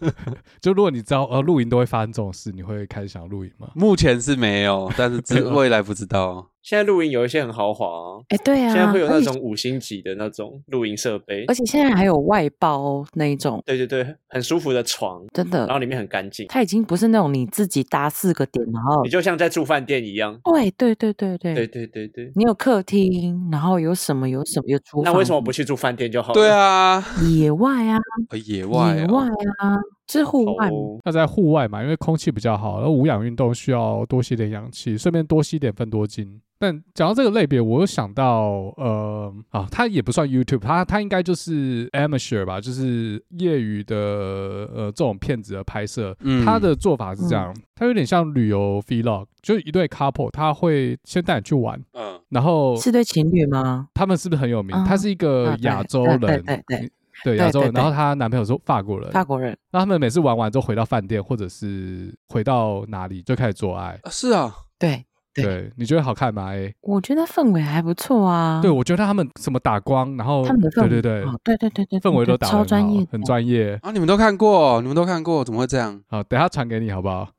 Speaker 1: 就如果你知道呃露营都会发生这种事，你会开始想露营吗？
Speaker 4: 目前是没有，但是之未来不 知道。
Speaker 2: 现在露营有一些很豪华、啊，
Speaker 3: 哎，对啊，
Speaker 2: 现在会有那
Speaker 3: 而且
Speaker 2: 种五星级的那种露营设备
Speaker 3: 而，且现在还有外包那一种，
Speaker 2: 对对对，很舒服的床，
Speaker 3: 真
Speaker 2: 然后
Speaker 3: 的，
Speaker 2: 里面很干净，
Speaker 3: 它已经不是那种你自己搭四个点，然后
Speaker 2: 你就像在住饭店一样。
Speaker 3: 对对对对对
Speaker 2: 对对对对，
Speaker 3: 你有客厅，然后有什么有什么有厨
Speaker 2: 那
Speaker 3: 房，
Speaker 2: 为什么不去住饭店就好了？
Speaker 4: 对啊，
Speaker 3: 野外啊，
Speaker 4: 呃野外、
Speaker 3: 野
Speaker 4: 哦，
Speaker 3: 外啊，就是户外嘛，
Speaker 2: 哦，
Speaker 1: 那在户外嘛，因为空气比较好，而无氧运动需要多吸点氧气，顺便多吸点芬多精。但讲到这个类别，我又想到，呃，啊，它也不算 YouTube，它它应该就是 amateur 吧，就是业余的呃这种片子的拍摄。
Speaker 4: 嗯
Speaker 1: 它的做法是这样，它有点像旅游 vlog，就是一对 couple，他会先带你去玩，
Speaker 4: 嗯，
Speaker 1: 然后
Speaker 3: 是对情侣吗？
Speaker 1: 他们是不是很有名？
Speaker 3: 嗯
Speaker 1: 他是一个
Speaker 3: 啊对
Speaker 1: 亚洲
Speaker 3: 对
Speaker 1: 人，
Speaker 3: 对对对
Speaker 1: 对亚洲人，
Speaker 3: 对对
Speaker 1: 然后她男朋友是法国人，
Speaker 3: 法国人，
Speaker 1: 那他们每次玩完之后回到饭店，或者是回到哪里就开始做爱。
Speaker 4: 啊是啊，
Speaker 3: 对，对
Speaker 1: 你觉得好看吗？哎、
Speaker 3: 我觉得氛围还不错啊，
Speaker 1: 对我觉得他们什么打光，然后
Speaker 3: 他们的氛
Speaker 1: 对
Speaker 3: 围
Speaker 1: 对对
Speaker 3: 很好，对对对对对
Speaker 1: 氛围都打得
Speaker 3: 超
Speaker 1: 很
Speaker 3: 专
Speaker 1: 好
Speaker 3: 业的
Speaker 1: 很专业。
Speaker 4: 啊你们都看过，你们都看过，怎么会这样？
Speaker 1: 好，等一下传给你好不好？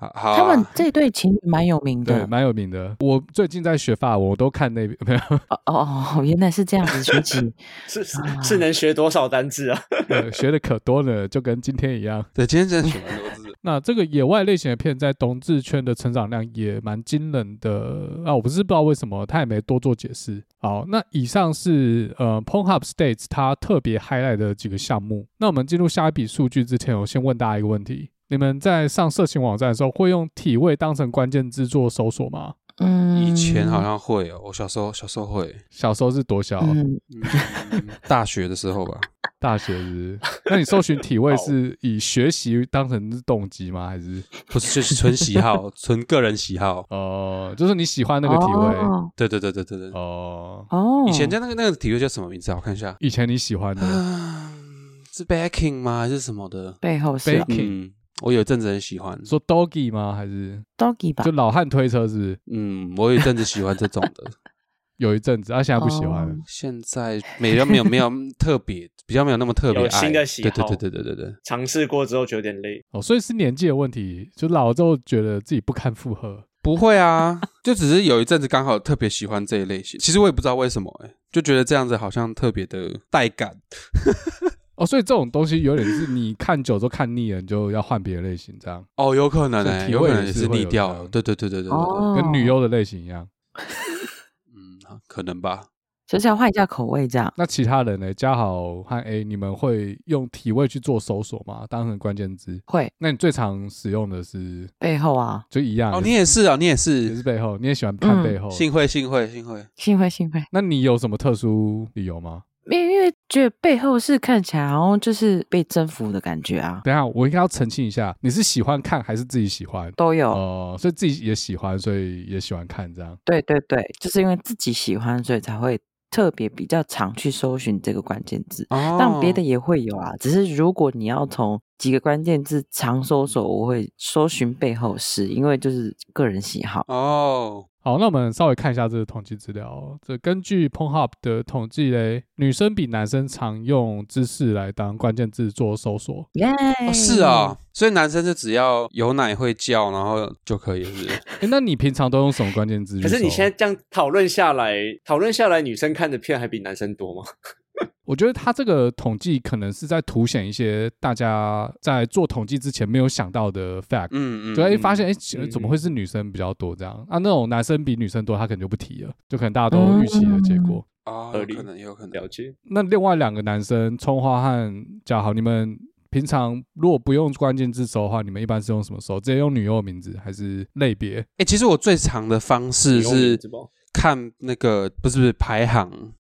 Speaker 4: 好，好啊
Speaker 3: 他们这对情侣蛮有名
Speaker 1: 对，
Speaker 3: 的，
Speaker 1: 蛮有名的。我最近在学法文，我都看那边 没有
Speaker 3: 哦哦哦，原来是这样子，学姐，
Speaker 2: 是是
Speaker 3: 啊
Speaker 2: 是能学多少单字啊？
Speaker 1: 呃学的可多了，就跟今天一样。
Speaker 4: 对今天真的选蛮多字，
Speaker 1: 那这个野外类型的片在同志圈的成长量也蛮惊人的啊！我不是不知道为什么，他也没多做解释。好，那以上是呃 Pornhub States 它特别 highlight 的几个项目。那我们进入下一笔数据之前，我先问大家一个问题：你们在上色情网站的时候，会用体位当成关键字做搜索吗？
Speaker 3: 嗯，
Speaker 4: 以前好像会哦，我小时候小时候会，
Speaker 1: 小时候是多小？
Speaker 3: 嗯，
Speaker 4: 嗯大学的时候吧，
Speaker 1: 大学是 不是？那你搜寻体位是以学习当成是动机吗？还是
Speaker 4: 不是就是纯喜好， 纯个人喜好。
Speaker 1: 哦，就是你喜欢那个体位？
Speaker 3: 哦
Speaker 4: 对对对对对对。
Speaker 1: 哦，
Speaker 3: 哦，
Speaker 4: 以前叫那个那个体育叫什么名字啊？我看一下，
Speaker 1: 以前你喜欢的
Speaker 4: 啊，是 backing 吗？还是什么的？
Speaker 3: 背后是哦
Speaker 1: Baking
Speaker 4: 嗯，我有一阵子很喜欢。
Speaker 1: 说 doggy 吗？还是
Speaker 3: doggy 吧
Speaker 1: 就？老汉推车是不是？
Speaker 4: 嗯，我有一阵子喜欢这种 的，
Speaker 1: 有一阵子，他、啊现在不喜欢了。
Speaker 3: 哦
Speaker 4: 现在没有没有没有特别，比较没有那么特别
Speaker 2: 有
Speaker 4: 爱
Speaker 2: 新的喜好
Speaker 4: 对对对对对对对，
Speaker 2: 尝试过之后觉得有点累，
Speaker 1: 哦，所以是年纪的问题，就老了之后觉得自己不堪负荷。
Speaker 4: 不会啊，就只是有一阵子刚好特别喜欢这一类型。其实我也不知道为什么、欸，就觉得这样子好像特别的带感。
Speaker 1: 哦，所以这种东西有点是你看久之后看腻了，你就要换别的类型，这样
Speaker 4: 哦，有可能
Speaker 1: 这
Speaker 4: 哎、
Speaker 1: 体
Speaker 4: 有
Speaker 1: 味
Speaker 4: 可能
Speaker 1: 也
Speaker 4: 也
Speaker 1: 是
Speaker 4: 是
Speaker 1: 会
Speaker 4: 腻
Speaker 1: 有
Speaker 4: 掉
Speaker 1: 这
Speaker 4: 了。
Speaker 1: 样
Speaker 4: 对对对对对对对，
Speaker 3: 哦，
Speaker 1: 跟女优的类型一样。
Speaker 4: 嗯，好可能吧。
Speaker 3: 就是要换一下口味这样。
Speaker 1: 那其他人呢？嘉豪和 A，你们会用体位去做搜索吗？当成关键字？
Speaker 3: 会
Speaker 1: 那你最常使用的是
Speaker 3: 背后啊，
Speaker 1: 就一样
Speaker 4: 哦，你也是啊，你也
Speaker 1: 也是
Speaker 4: 是，
Speaker 1: 背后，你也喜欢看背后。
Speaker 4: 幸会幸会幸会。
Speaker 3: 幸会幸会，
Speaker 1: 那你有什么特殊理由吗？
Speaker 3: 因为因为觉得背后是看起来好像就是被征服的感觉啊，
Speaker 1: 等一下我应该要澄清一下，你是喜欢看还是自己喜欢？
Speaker 3: 都有。
Speaker 1: 哦、所以自己也喜欢，所以也喜欢看这样。
Speaker 3: 对对对，就是因为自己喜欢，所以才会特别比较常去搜寻这个关键字。
Speaker 4: 哦，
Speaker 3: 但别的也会有啊，只是如果你要从几个关键字常搜索，我会搜寻背后是因为就是个人喜好。
Speaker 4: 哦，
Speaker 1: 好，那我们稍微看一下这个统计资料哦。这根据 Pornhub 的统计嘞，女生比男生常用姿势来当关键字做搜 索。
Speaker 3: 耶、
Speaker 4: 哦是啊，，所以男生就只要有奶会叫，然后就可以，是不 是？
Speaker 1: 诶，那你平常都用什么关键字去
Speaker 2: 可
Speaker 1: 搜？
Speaker 2: 是你现在这样讨论下来，讨论下来，女生看的片还比男生多吗？
Speaker 1: 我觉得他这个统计可能是在凸显一些大家在做统计之前没有想到的 fact。
Speaker 4: 嗯嗯，
Speaker 1: 就会发现，
Speaker 4: 嗯
Speaker 1: 哎、其
Speaker 2: 嗯
Speaker 1: 怎么会是女生比较多这样？啊，那种男生比女生多，他可能就不提了，就可能大家都预期的结果。
Speaker 4: 哦，
Speaker 2: 合理
Speaker 4: 有可能有可能
Speaker 2: 了解，
Speaker 1: 那另外两个男生，葱花和嘉豪，你们平常如果不用关键字搜的话，你们一般是用什么搜？直接用女优的名字还是类别？
Speaker 4: 哎、其实我最常的方式
Speaker 2: 你用名
Speaker 4: 是
Speaker 2: 字吧
Speaker 4: 看那个不是不是排行，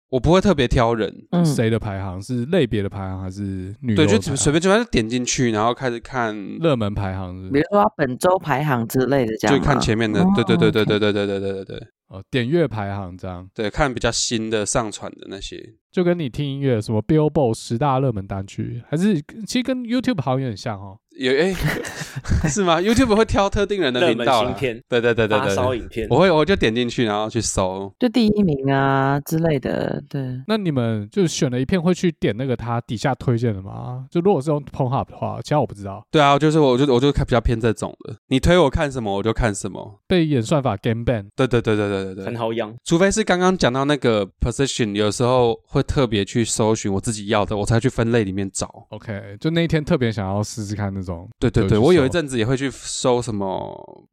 Speaker 4: 我不会特别挑人，
Speaker 3: 嗯，
Speaker 1: 谁的排行是类别的排行还是女优的
Speaker 4: 对，
Speaker 1: 排行？
Speaker 4: 就随便就反正点进去，然后开始看，
Speaker 1: 热门排行是不
Speaker 3: 比
Speaker 1: 是
Speaker 3: 如说本周排行之类的这样
Speaker 4: 就
Speaker 3: 吗，
Speaker 4: 看前面的
Speaker 3: 哦，
Speaker 4: 对对对对
Speaker 3: OK
Speaker 4: 对对对对对对对
Speaker 1: 哦，点阅排行这样，
Speaker 4: 对，看比较新的上传的那些，
Speaker 1: 就跟你听音乐什么 Billboard 十大热门单曲，还是其实跟 YouTube 好像有点像哦。
Speaker 4: 有哎、 是吗？YouTube 会挑特定人的
Speaker 2: 热
Speaker 4: 频
Speaker 2: 门
Speaker 4: 道啦
Speaker 2: 新片
Speaker 4: 对对对对
Speaker 2: 发
Speaker 4: 对，
Speaker 2: 烧影片
Speaker 4: 我，会我就点进去，然后去搜。
Speaker 3: 就第一名啊之类的，对。
Speaker 1: 那你们就是选了一片会去点那个他底下推荐的吗？就如果是用 Pornhub 的话，其他我不知道。
Speaker 4: 对啊，就是我就我就看比较偏这种的，你推我看什么我就看什么。
Speaker 1: 被演算法 game ban
Speaker 4: 对对对对对对
Speaker 2: 很
Speaker 4: 对，
Speaker 2: 好养。
Speaker 4: 除非是刚刚讲到那个 position，有时候会特别去搜寻我自己要的，我才去分类里面找。
Speaker 1: OK，就那一天特别想要试试看那种。
Speaker 4: 对对
Speaker 1: 就
Speaker 4: 对，
Speaker 1: 去
Speaker 4: 我有一
Speaker 1: 搜
Speaker 4: 阵子也会去搜什么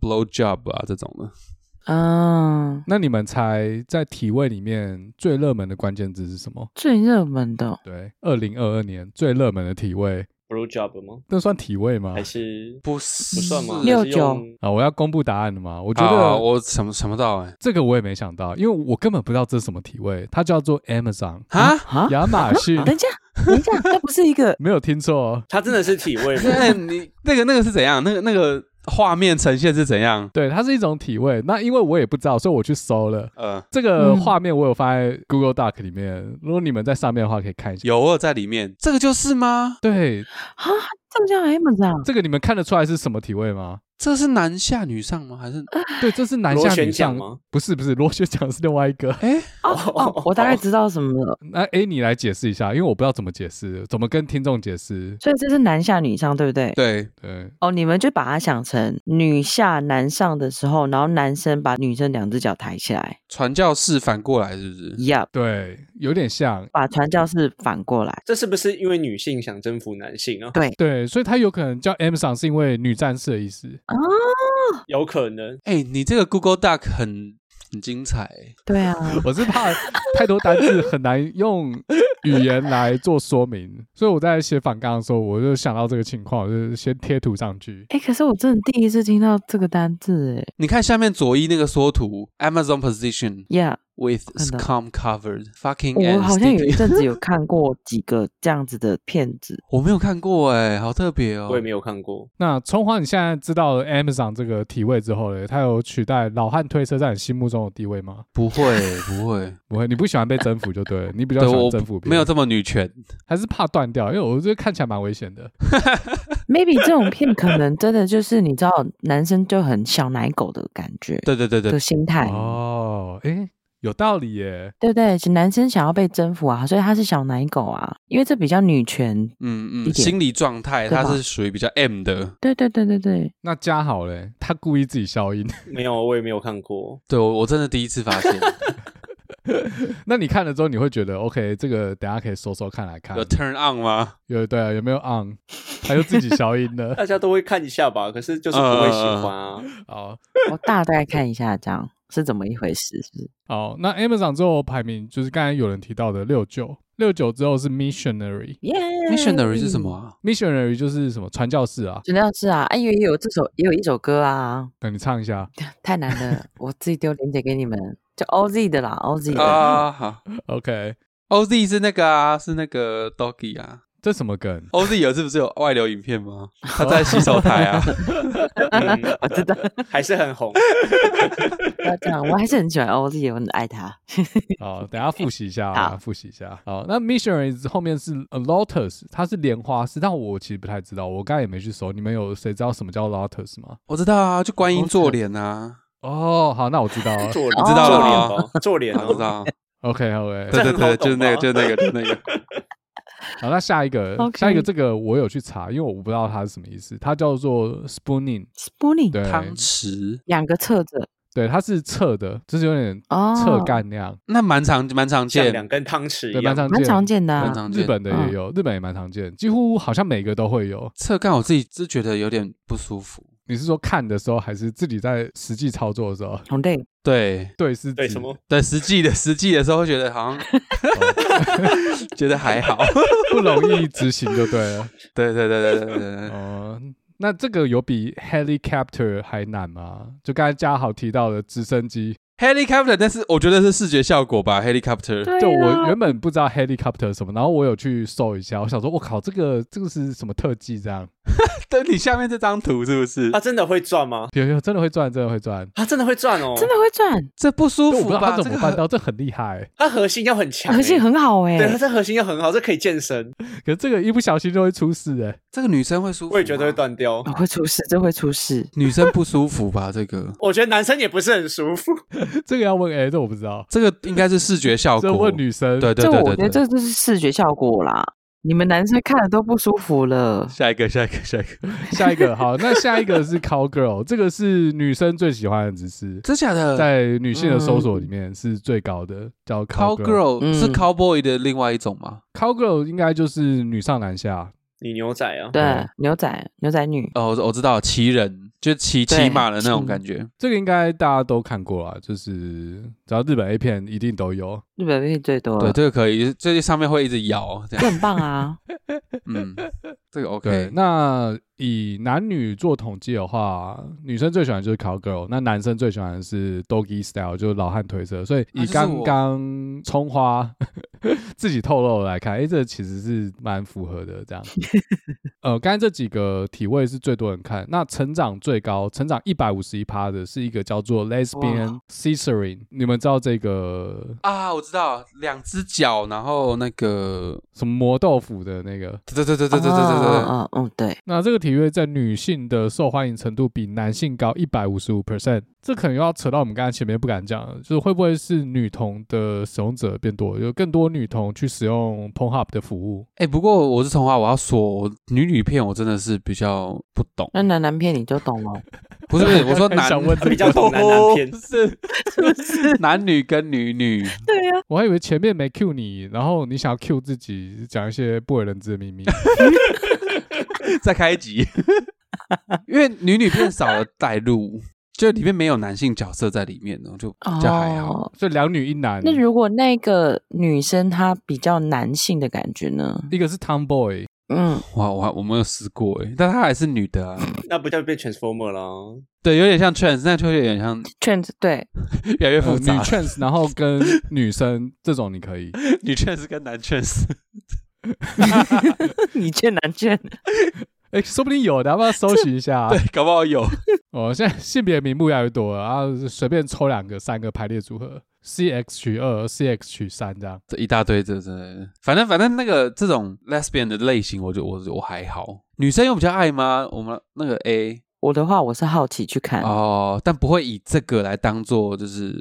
Speaker 4: blow job 啊这种的。
Speaker 3: 嗯，
Speaker 1: 那你们猜在体位里面最热门的关键字是什么？
Speaker 3: 最热门的
Speaker 1: 对，二零二二年最热门的体位，
Speaker 2: Blue Job 吗？
Speaker 1: 那算体位吗
Speaker 2: 还？是
Speaker 4: 不
Speaker 2: 不算吗？
Speaker 3: 六
Speaker 2: 还是用
Speaker 1: 啊，我要公布答案了吗？我
Speaker 4: 我
Speaker 1: 觉得
Speaker 4: 我什么什么到哎、
Speaker 1: 这个我也没想到，因为我根本不知道这是什么体位，它叫做 Amazon
Speaker 4: 欸、啊？
Speaker 3: 啊，
Speaker 1: 亚马 逊，
Speaker 3: 等一下，等 一下，那不是一个
Speaker 1: 没有听错哦。
Speaker 2: 它真的是体 味吗？
Speaker 4: 那你那个那个是怎样？那个那个画面呈现是怎样？
Speaker 1: 对，它是一种体位。那因为我也不知道，所以我去搜了。
Speaker 4: 呃，
Speaker 1: 这个
Speaker 3: 嗯
Speaker 1: 画面我有放在 Google Doc 里面，如果你们在上面的话，可以看一下。
Speaker 4: 有我有在里面，这个就是吗？
Speaker 1: 对，
Speaker 3: 啊，这个叫 M 啊，
Speaker 1: 这个你们看得出来是什么体位吗？
Speaker 4: 这是男下女上吗？还是
Speaker 3: 呃
Speaker 1: 对，这是男
Speaker 2: 螺
Speaker 1: 下女
Speaker 2: 旋桨
Speaker 1: 上
Speaker 2: 吗？
Speaker 1: 不是不是，螺旋桨是另外一个。
Speaker 4: 哎、
Speaker 3: 哦
Speaker 2: 哦
Speaker 3: 哦，我大概知道什么了，
Speaker 1: 那 A 你来解释一下，因为我不知道怎么解释，怎么跟听众解释。呃
Speaker 3: 所以这是男下女上，对不对？
Speaker 4: 对，
Speaker 1: 对，
Speaker 3: 哦，你们就把它想成女下男上的时候，然后男生把女生两只脚抬起来
Speaker 4: 传教士反过来是不是？
Speaker 3: ，Yup，
Speaker 1: 对，有点像。
Speaker 3: 把传教士反过来，
Speaker 2: 这是不是因为女性想征服男性 啊？
Speaker 1: 对，所以它有可能叫 M 上是因为女战士的意思。
Speaker 2: 有可能。
Speaker 4: 哎、你这个 Google Doc 很很精彩欸、
Speaker 3: 对啊，
Speaker 1: 我是怕太多单字很难用语言来做说明。所以我在写反纲的时候，我就想到这个情况，我就是先贴图上去。
Speaker 3: 哎、可是我真的第一次听到这个单字，哎
Speaker 4: 你看下面左一那个缩图，Amazon position
Speaker 3: ，Yeah，
Speaker 4: with
Speaker 3: 看到
Speaker 4: scum covered fucking
Speaker 3: 我
Speaker 4: and
Speaker 3: 好像有一
Speaker 4: sticky。
Speaker 3: 阵子有看过几个这样子的片子，
Speaker 4: 我没有看过哎、好特别哦。
Speaker 2: 我也没有看过。
Speaker 1: 那葱花，你现在知道了 Amazon 这个体位之后呢，它有取代老汉推车在你心目中的地位吗？
Speaker 4: 不会不 会，
Speaker 1: 不会，你不喜欢被征服就对了，你比较
Speaker 4: 对
Speaker 1: 喜欢
Speaker 4: 我
Speaker 1: 征服别人，
Speaker 4: 没有这么女权。
Speaker 1: 还是怕断掉，因为我觉得看起来蛮危险的。
Speaker 3: Maybe 这种片可能真的就是你知道，男生就很小奶狗的感觉
Speaker 4: 对对对对
Speaker 3: 的，心态，
Speaker 1: 哦，诶，有道理耶。
Speaker 3: 对不对？男生想要被征服啊，所以他是小奶狗啊，因为这比较女权。
Speaker 4: 嗯
Speaker 3: 一
Speaker 4: 嗯，
Speaker 3: 点
Speaker 4: 心理状态
Speaker 3: 对吧
Speaker 4: 它是属于比较 M 的。
Speaker 3: 对对对对对，
Speaker 1: 那加好嘞，他故意自己消音。
Speaker 2: 没有，我也没有看过。
Speaker 4: 对我我真的第一次发 现
Speaker 1: 那你看了之后，你会觉得 OK，这个等一下可以说说看来看
Speaker 4: 有。turn on 吗？
Speaker 1: 有对啊，有没有 on？他又自己消音 了。
Speaker 2: 大家都会看一下吧，可是就是不会喜欢啊。
Speaker 1: 好
Speaker 3: 我大概看一下这样是怎么一回事，是不是？
Speaker 1: 好，那 Amazon 之后排名就是刚才有人提到的六九，六九之后是 Missionary。
Speaker 3: 耶
Speaker 4: Missionary 是什么？啊？
Speaker 1: Missionary 就是什么传教士啊？
Speaker 3: 嗯真的是啊，哎，也有这首也有一首歌啊，
Speaker 1: 那你唱一下。
Speaker 3: 太难了，我自己丢链接给你们，就 OZ 的啦，OZ 的。
Speaker 4: 啊，好
Speaker 1: OK，
Speaker 4: ，OZ 是那个啊，是那个 Doggy 啊。
Speaker 1: 这什么梗？
Speaker 4: OZ 有是不是有外流影片 吗？他在洗手台啊。
Speaker 1: 哦
Speaker 2: 嗯
Speaker 3: 我知道，
Speaker 2: 还是很红。
Speaker 3: 不要这样，我还是很喜欢 OZ，我很爱他。
Speaker 1: 好，哦等一下复习一下，
Speaker 3: 好
Speaker 1: 等一下复习一下。好，那 missionary 后面是 a lotus，它是莲花诗，但我其实不太知道，我刚才也没去搜。你们有谁知道什么叫 lotus 吗？
Speaker 4: 我知道啊，就观音坐脸啊，
Speaker 1: 哦，好，那我知道 了。
Speaker 2: 做
Speaker 3: 你知道了
Speaker 4: 吗
Speaker 2: 做脸
Speaker 4: 我
Speaker 2: 哦，做
Speaker 4: 知
Speaker 1: 啊
Speaker 2: 脸哦。
Speaker 4: 道。
Speaker 1: OK OK，
Speaker 4: 对对
Speaker 2: 这
Speaker 4: 对，就是
Speaker 2: 很
Speaker 4: 那
Speaker 2: 好
Speaker 4: 个，
Speaker 2: 懂
Speaker 4: 就是 那个，就是那个。
Speaker 1: 好，那下一 个
Speaker 3: OK
Speaker 1: 下一个这个我有去查，因为我不知道它是什么意思，它叫做 spooning，
Speaker 3: Spooning
Speaker 1: 对，
Speaker 4: 汤匙，
Speaker 3: 两个侧着
Speaker 1: 对，它是侧的，就是有点
Speaker 3: 哦，
Speaker 1: 侧干那样，
Speaker 4: 那蛮常蛮常
Speaker 2: 像
Speaker 4: 见。
Speaker 2: 两根汤匙
Speaker 1: 对，
Speaker 2: 一
Speaker 1: 蛮
Speaker 2: 样，
Speaker 1: 常
Speaker 3: 蛮
Speaker 1: 见，
Speaker 3: 常见的、啊
Speaker 4: 蛮。常见
Speaker 1: 日本的嗯也有，日本也蛮常见，几乎好像每个都会有。
Speaker 4: 侧干，我自己是觉得有点不舒服。
Speaker 1: 你是说看的时候，还是自己在实际操作的时候？
Speaker 3: 好累，
Speaker 4: 对
Speaker 1: 对，是
Speaker 2: 对
Speaker 1: 指
Speaker 2: 什么？
Speaker 4: 对，实际的实际的时候会觉 得好像 觉得还好。
Speaker 1: 不容易执行就对了。
Speaker 4: 对对对对对对对。
Speaker 1: 哦、那这个有比 helicopter 还难吗？就刚才嘉豪提到的直升机，
Speaker 4: Helicopter，但是我觉得是视觉效果吧。Helicopter，
Speaker 3: 对
Speaker 1: 就我原本不知道 helicopter 是什么，然后我有去搜一下，我想说，我靠，这个这个是什么特技？这样，
Speaker 4: 对你下面这张图是不是
Speaker 1: 啊
Speaker 2: 它？真的会转吗？
Speaker 1: 有有真的会转，真的会转。
Speaker 2: 它真的会转哦，
Speaker 3: 真的会转，
Speaker 4: 这不舒
Speaker 1: 就我不
Speaker 4: 服
Speaker 1: 知道
Speaker 4: 吧？
Speaker 1: 他怎么办到，这很厉害。
Speaker 2: 它核心要很强欸，
Speaker 3: 核心很嗯好哎、
Speaker 2: 对，它这核心要很好，这可以健身，
Speaker 1: 可是这个一不小心就会出事哎、
Speaker 4: 这个女生会舒服？
Speaker 2: 我也觉得会。断掉。
Speaker 3: 哦会出事，这会出事。
Speaker 4: 女生不舒服吧？这 个
Speaker 2: 我觉得男生也不是很舒服，
Speaker 1: 这个要问 A，这我不知道，
Speaker 4: 这个应该是视觉效
Speaker 1: 这
Speaker 4: 果。
Speaker 1: 问女生。
Speaker 4: 对对
Speaker 3: 这
Speaker 4: 对
Speaker 3: 我
Speaker 4: 对
Speaker 3: 觉得
Speaker 4: 对。
Speaker 3: 这就是视觉效果啦。你们男生看了都不舒服了，
Speaker 4: 下一个，下一个，下一个，
Speaker 1: 下一个好，那下一个是 cowgirl，这个是女生最喜欢的姿势，
Speaker 4: 真假的？
Speaker 1: 在女性的搜索里面是最高的，叫 cowgirl。
Speaker 4: Cowgirl
Speaker 3: 嗯
Speaker 4: 是 Cowboy 的另外一种吗？
Speaker 1: cowgirl 应该就是女上男下，
Speaker 2: 你牛仔啊，
Speaker 3: 对
Speaker 1: 嗯，
Speaker 3: 牛仔牛仔女，
Speaker 4: 哦，我我知道，骑人就骑
Speaker 3: 对
Speaker 4: 骑马的那种
Speaker 3: 骑
Speaker 4: 感觉。
Speaker 1: 这个应该大家都看过啊，就是只要日本 A 片一定都有。
Speaker 3: 日本妹最多
Speaker 4: 对，
Speaker 3: 了，
Speaker 4: 这个可以，这上面会一直摇， 这样，
Speaker 3: 这很棒啊！
Speaker 4: 嗯，这
Speaker 1: 对
Speaker 4: 个 OK，。
Speaker 1: 那以男女做统计的话，女生最喜欢就是 cowgirl，那男生最喜欢的是 doggy style，就是老汉推车。所以以
Speaker 4: 啊就是
Speaker 1: 刚
Speaker 4: 我
Speaker 1: 刚葱花 自己透露来看，诶，这其实是蛮符合的。这样，呃，刚才这几个体位是最多人看，那成长最高，成长一百五十一趴的是一个叫做 lesbian scissoring，你们知道这个
Speaker 4: 啊，我知道，两只脚，然后那个，
Speaker 1: 什么磨豆腐的那个？
Speaker 4: 对 对对对对对对对对，
Speaker 3: 嗯嗯对，
Speaker 1: 那这个体位在女性的受欢迎程度比男性高一百五十五 percent，这可能又要扯到我们刚才前面不敢讲的，就是会不会是女童的使用者变多，有更多女童去使用 Pornhub 的服务？
Speaker 4: 哎、不过我是从话，我要说，我女女片我真的是比较不懂，
Speaker 3: 那男男片你就懂 了，
Speaker 4: 不是不是，我说男
Speaker 1: 想问
Speaker 2: 比较懂男男片
Speaker 4: 不是 男女跟女女，
Speaker 1: 我还以为前面没 Q 你，然后你想要 Q 自己讲一些不为人知的 秘密。
Speaker 4: 再开一集，因为女女片少了带入，就里面没有男性角色在里面哦，就比较还好。嗯
Speaker 3: 哦，
Speaker 1: 就两女一男，
Speaker 3: 那如果那个女生她比较男性的感觉呢？
Speaker 1: 一个是 Tomboy，
Speaker 3: 嗯，
Speaker 4: 哇，我还我没有试过哎，但她还是女的啊。
Speaker 2: 那不就变 transformer 啦？
Speaker 4: 对，有点像 trans，但就有点像
Speaker 3: 圈子 对，
Speaker 4: 越来越
Speaker 1: 呃
Speaker 4: 复
Speaker 1: 女
Speaker 4: 杂。
Speaker 1: trans，然后跟女生这种你可 以，
Speaker 4: 女 trans 跟男 trans，
Speaker 3: 你劝男劝，
Speaker 1: 哎，说不定有的，要不要搜寻一下啊？
Speaker 4: 对，搞不好有。
Speaker 1: 哦，现在 性别名目越来越多了，然后随便抽两个、三个排列组合，CX 取二，CX 取三这样。
Speaker 4: 这一大堆，这这，反正反正那个这种 lesbian 的类型，我就我我还好。女生有比较爱吗？我们那个 A
Speaker 3: 我的话我是好奇去看，
Speaker 4: 哦，但不会以这个来当做就是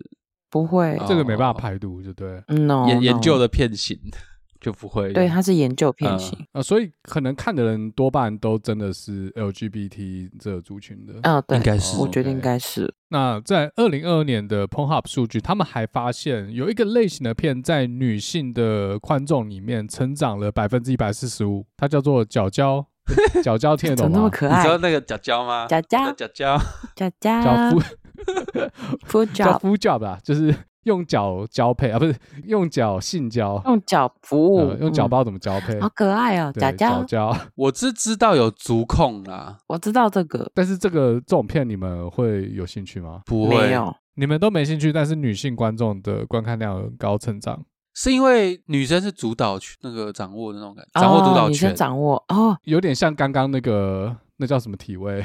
Speaker 3: 不会，
Speaker 4: 哦
Speaker 1: 这个没办法排毒，就对了。
Speaker 3: 嗯 no，
Speaker 4: 研研
Speaker 3: no
Speaker 4: 究的片型， 就不会。
Speaker 3: 对，它是研究片
Speaker 4: 嗯
Speaker 3: 型，
Speaker 1: 啊，所以可能看的人多半都真的是 LGBT 这个族群的。哦
Speaker 3: 啊，对
Speaker 4: 应，该是
Speaker 3: 我觉得
Speaker 1: OK
Speaker 3: 应该是，
Speaker 1: 那在二零二二年的 Pornhub 数据，他们还发现有一个类型的片在女性的观众里面成长了百分之一百四十五，它叫做脚胶。脚 胶听得
Speaker 3: 怎么
Speaker 1: 懂
Speaker 3: 那么
Speaker 1: 吗？
Speaker 3: 可
Speaker 4: 你
Speaker 3: 爱啊
Speaker 4: 知？道那个角角吗？
Speaker 3: 佳佳
Speaker 4: 角角，
Speaker 3: 佳
Speaker 1: 叫
Speaker 3: 佳
Speaker 1: 夫
Speaker 3: ，foot
Speaker 1: 叫
Speaker 3: job，
Speaker 1: 夫 job 啦，就是 用脚交配啊，不是用脚性交，
Speaker 3: 用脚服务
Speaker 1: 呃，用脚
Speaker 3: 哦嗯
Speaker 1: 不知，道怎么交配
Speaker 3: 好。可爱哦，
Speaker 1: 对
Speaker 3: 佳
Speaker 1: 脚
Speaker 3: 佳，
Speaker 1: 交，
Speaker 4: 我是知道有足控啦，
Speaker 3: 我知道这个，
Speaker 1: 但是这个这种片你们会有兴趣吗？
Speaker 4: 不
Speaker 3: 没
Speaker 4: 会，
Speaker 3: 有，
Speaker 1: 你们都没兴趣，但是女性观众的观看量有高成长。
Speaker 4: 是因为女生是主导权那个掌握的那种感觉，
Speaker 3: 哦
Speaker 4: 掌握主导
Speaker 3: 女
Speaker 4: 权
Speaker 3: 生，掌握哦，
Speaker 1: 有点像刚刚那个那叫什么体位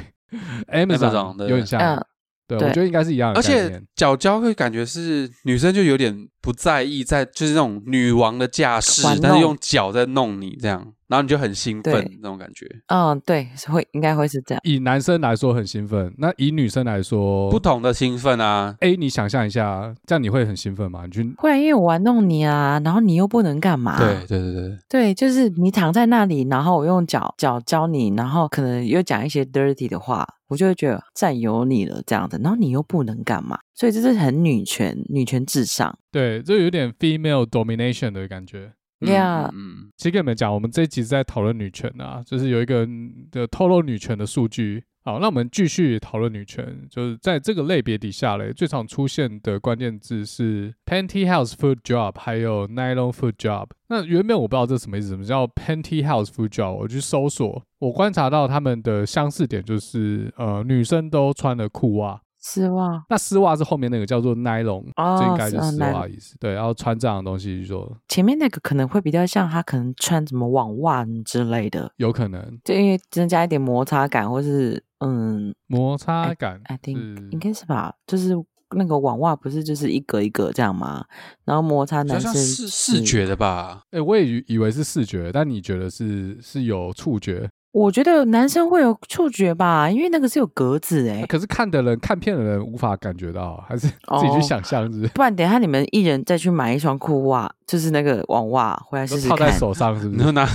Speaker 4: Amazon，
Speaker 1: Amazon，
Speaker 4: 对
Speaker 1: 有点像。
Speaker 3: 嗯
Speaker 1: 对，
Speaker 3: 对
Speaker 1: 我觉得应该是一样的
Speaker 4: 而
Speaker 1: 概
Speaker 4: 且
Speaker 1: 念。
Speaker 4: 角角会感觉是女生就有点不在意，在就是那种女王的架势
Speaker 3: 玩，弄
Speaker 4: 但是用脚在弄你这样，然后你就很兴奋
Speaker 3: 对
Speaker 4: 那种感觉。
Speaker 3: 嗯，对，是会应该会是这样，
Speaker 1: 以男生来说很兴奋，那以女生来说
Speaker 4: 不同的兴奋啊，
Speaker 1: A，你想象一下，这样你会很兴奋吗？你去
Speaker 3: 会啊，因为我玩弄你啊，然后你又不能干嘛，
Speaker 4: 对对对对，
Speaker 3: 对，就是你躺在那里，然后我用脚脚教你，然后可能又讲一些 dirty 的话，我就会觉得占有你了这样子，然后你又不能干嘛，所以这是很女权，女权至上。
Speaker 1: 对，就有点 female domination 的感觉。
Speaker 4: 嗯
Speaker 3: Yeah
Speaker 4: 嗯，
Speaker 1: 其实跟你们讲，我们这一集是在讨论女权啊，就是有一个嗯的透露女权的数据。好，那我们继续讨论女权，就是在这个类别底下嘞，最常出现的关键字是 pantyhouse food job，还有 nylon food job。那原本我不知道这什么意思，什么叫 pantyhouse food job？我去搜索，我观察到他们的相似点就是，呃，女生都穿了裤袜，
Speaker 3: 丝袜
Speaker 1: 那丝袜是后面那个叫做 nylon，、
Speaker 3: 哦
Speaker 1: 这应该是
Speaker 3: 是哦
Speaker 1: 丝袜的意思。对，然后穿这样的东西，就说
Speaker 3: 前面那个可能会比较像他可能穿什么网袜之类的，
Speaker 1: 有可能
Speaker 3: 就因为增加一点摩擦感，或是嗯
Speaker 1: 摩擦感
Speaker 3: ，I think
Speaker 1: 是
Speaker 3: 应该是吧，就是那个网袜不是就是一格一格这样吗？然后摩擦
Speaker 4: 比较
Speaker 3: 男
Speaker 4: 嗯像
Speaker 3: 生
Speaker 4: 视视
Speaker 3: 嗯
Speaker 4: 觉的吧，
Speaker 1: 哎、我也以以为是视觉，但你觉得是是有触觉、
Speaker 3: 我觉得男生会有触觉吧，因为那个是有格子哎、
Speaker 1: 啊可是看的人看片的人无法感觉到，啊 还是
Speaker 3: 哦
Speaker 1: 自己去想象，是不是？
Speaker 3: 不然等一下你们一人再去买一双裤袜，就是那个网袜回来试
Speaker 1: 都
Speaker 3: 试
Speaker 1: 套
Speaker 3: 看。
Speaker 1: 在手上，是不
Speaker 4: 你 就
Speaker 1: 是？
Speaker 4: 拿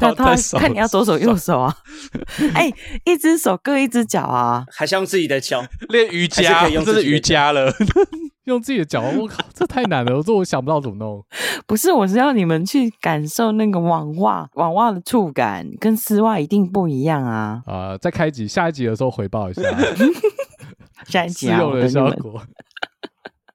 Speaker 3: 那
Speaker 4: 在
Speaker 3: 他
Speaker 4: 手
Speaker 3: 看你要左手右
Speaker 4: 上
Speaker 3: 手啊， 哎、一只手各一只脚啊，
Speaker 2: 还是用自己的脚？
Speaker 4: 练瑜
Speaker 2: 还是
Speaker 4: 伽，
Speaker 2: 可以用
Speaker 4: 这
Speaker 2: 自
Speaker 4: 是
Speaker 2: 己的
Speaker 4: 瑜伽了，
Speaker 1: 用自己的脚，我靠，这太难了，我说我想不到怎么弄。
Speaker 3: 不是，我是要你们去感受那个网袜，网袜的触感跟丝袜一定不一样啊。
Speaker 1: 啊、再开一集，下一集的时候回报一 下啊
Speaker 3: 下一
Speaker 1: 适
Speaker 3: 集啊，
Speaker 1: 用
Speaker 3: 我
Speaker 1: 的
Speaker 3: 等你
Speaker 1: 效
Speaker 3: 们。
Speaker 1: 果。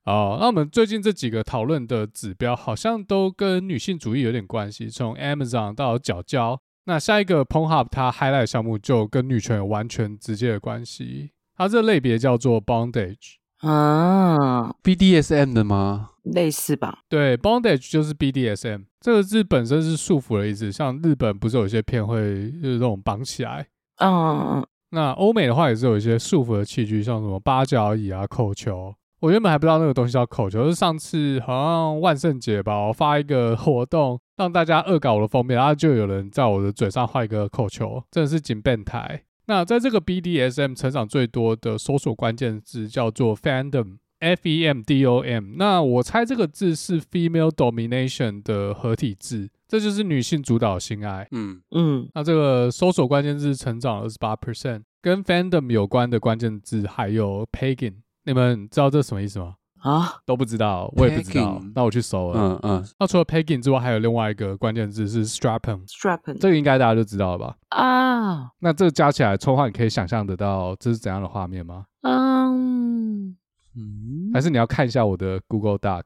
Speaker 1: 哦，那我们最近这几个讨论的指标好像都跟女性主义有点关系，从 Amazon 到角胶。那下一个 Pornhub 它 highlight 项目就跟女权有完全直接的关系，它这类别叫做 bondage。
Speaker 3: 啊，
Speaker 4: BDSM 的吗？
Speaker 3: 类似吧？
Speaker 1: 对，bondage 就是 BDSM 这个字本身是束缚的意思，像日本不是有些片会就是这种绑起来。
Speaker 3: 嗯，
Speaker 1: 那欧美的话也是有一些束缚的器具，像什么八角椅啊、口球。我原本还不知道那个东西叫口球，就是上次好像万圣节吧，我发一个活动让大家恶搞我的封面，然后就有人在我的嘴上画一个口球，真的是紧变态。那在这个 BDSM 成长最多的搜索关键字叫做 fandom。F E M D O M，那我猜这个字是 female domination 的合体字，这就是女性主导性爱。
Speaker 4: 嗯，
Speaker 3: 嗯，
Speaker 1: 那这个搜索关键字成长二十八 percent，跟 fandom 有关的关键字还有 pagan，你们知道这什么意思吗？
Speaker 3: 啊，
Speaker 1: 都不知道，我也不知道
Speaker 4: Pegging。
Speaker 1: 那我去搜了。
Speaker 4: 嗯嗯，
Speaker 1: 那除了 pegging 之外，还有另外一个关键字是 strapping，
Speaker 3: strapping
Speaker 1: 这个应该大家就知道了吧？
Speaker 3: 啊，
Speaker 1: 那这加起来，抽话你可以想象得到这是怎样的画面吗？
Speaker 3: 嗯，
Speaker 4: 嗯
Speaker 1: 还是你要看一下我的 Google Doc？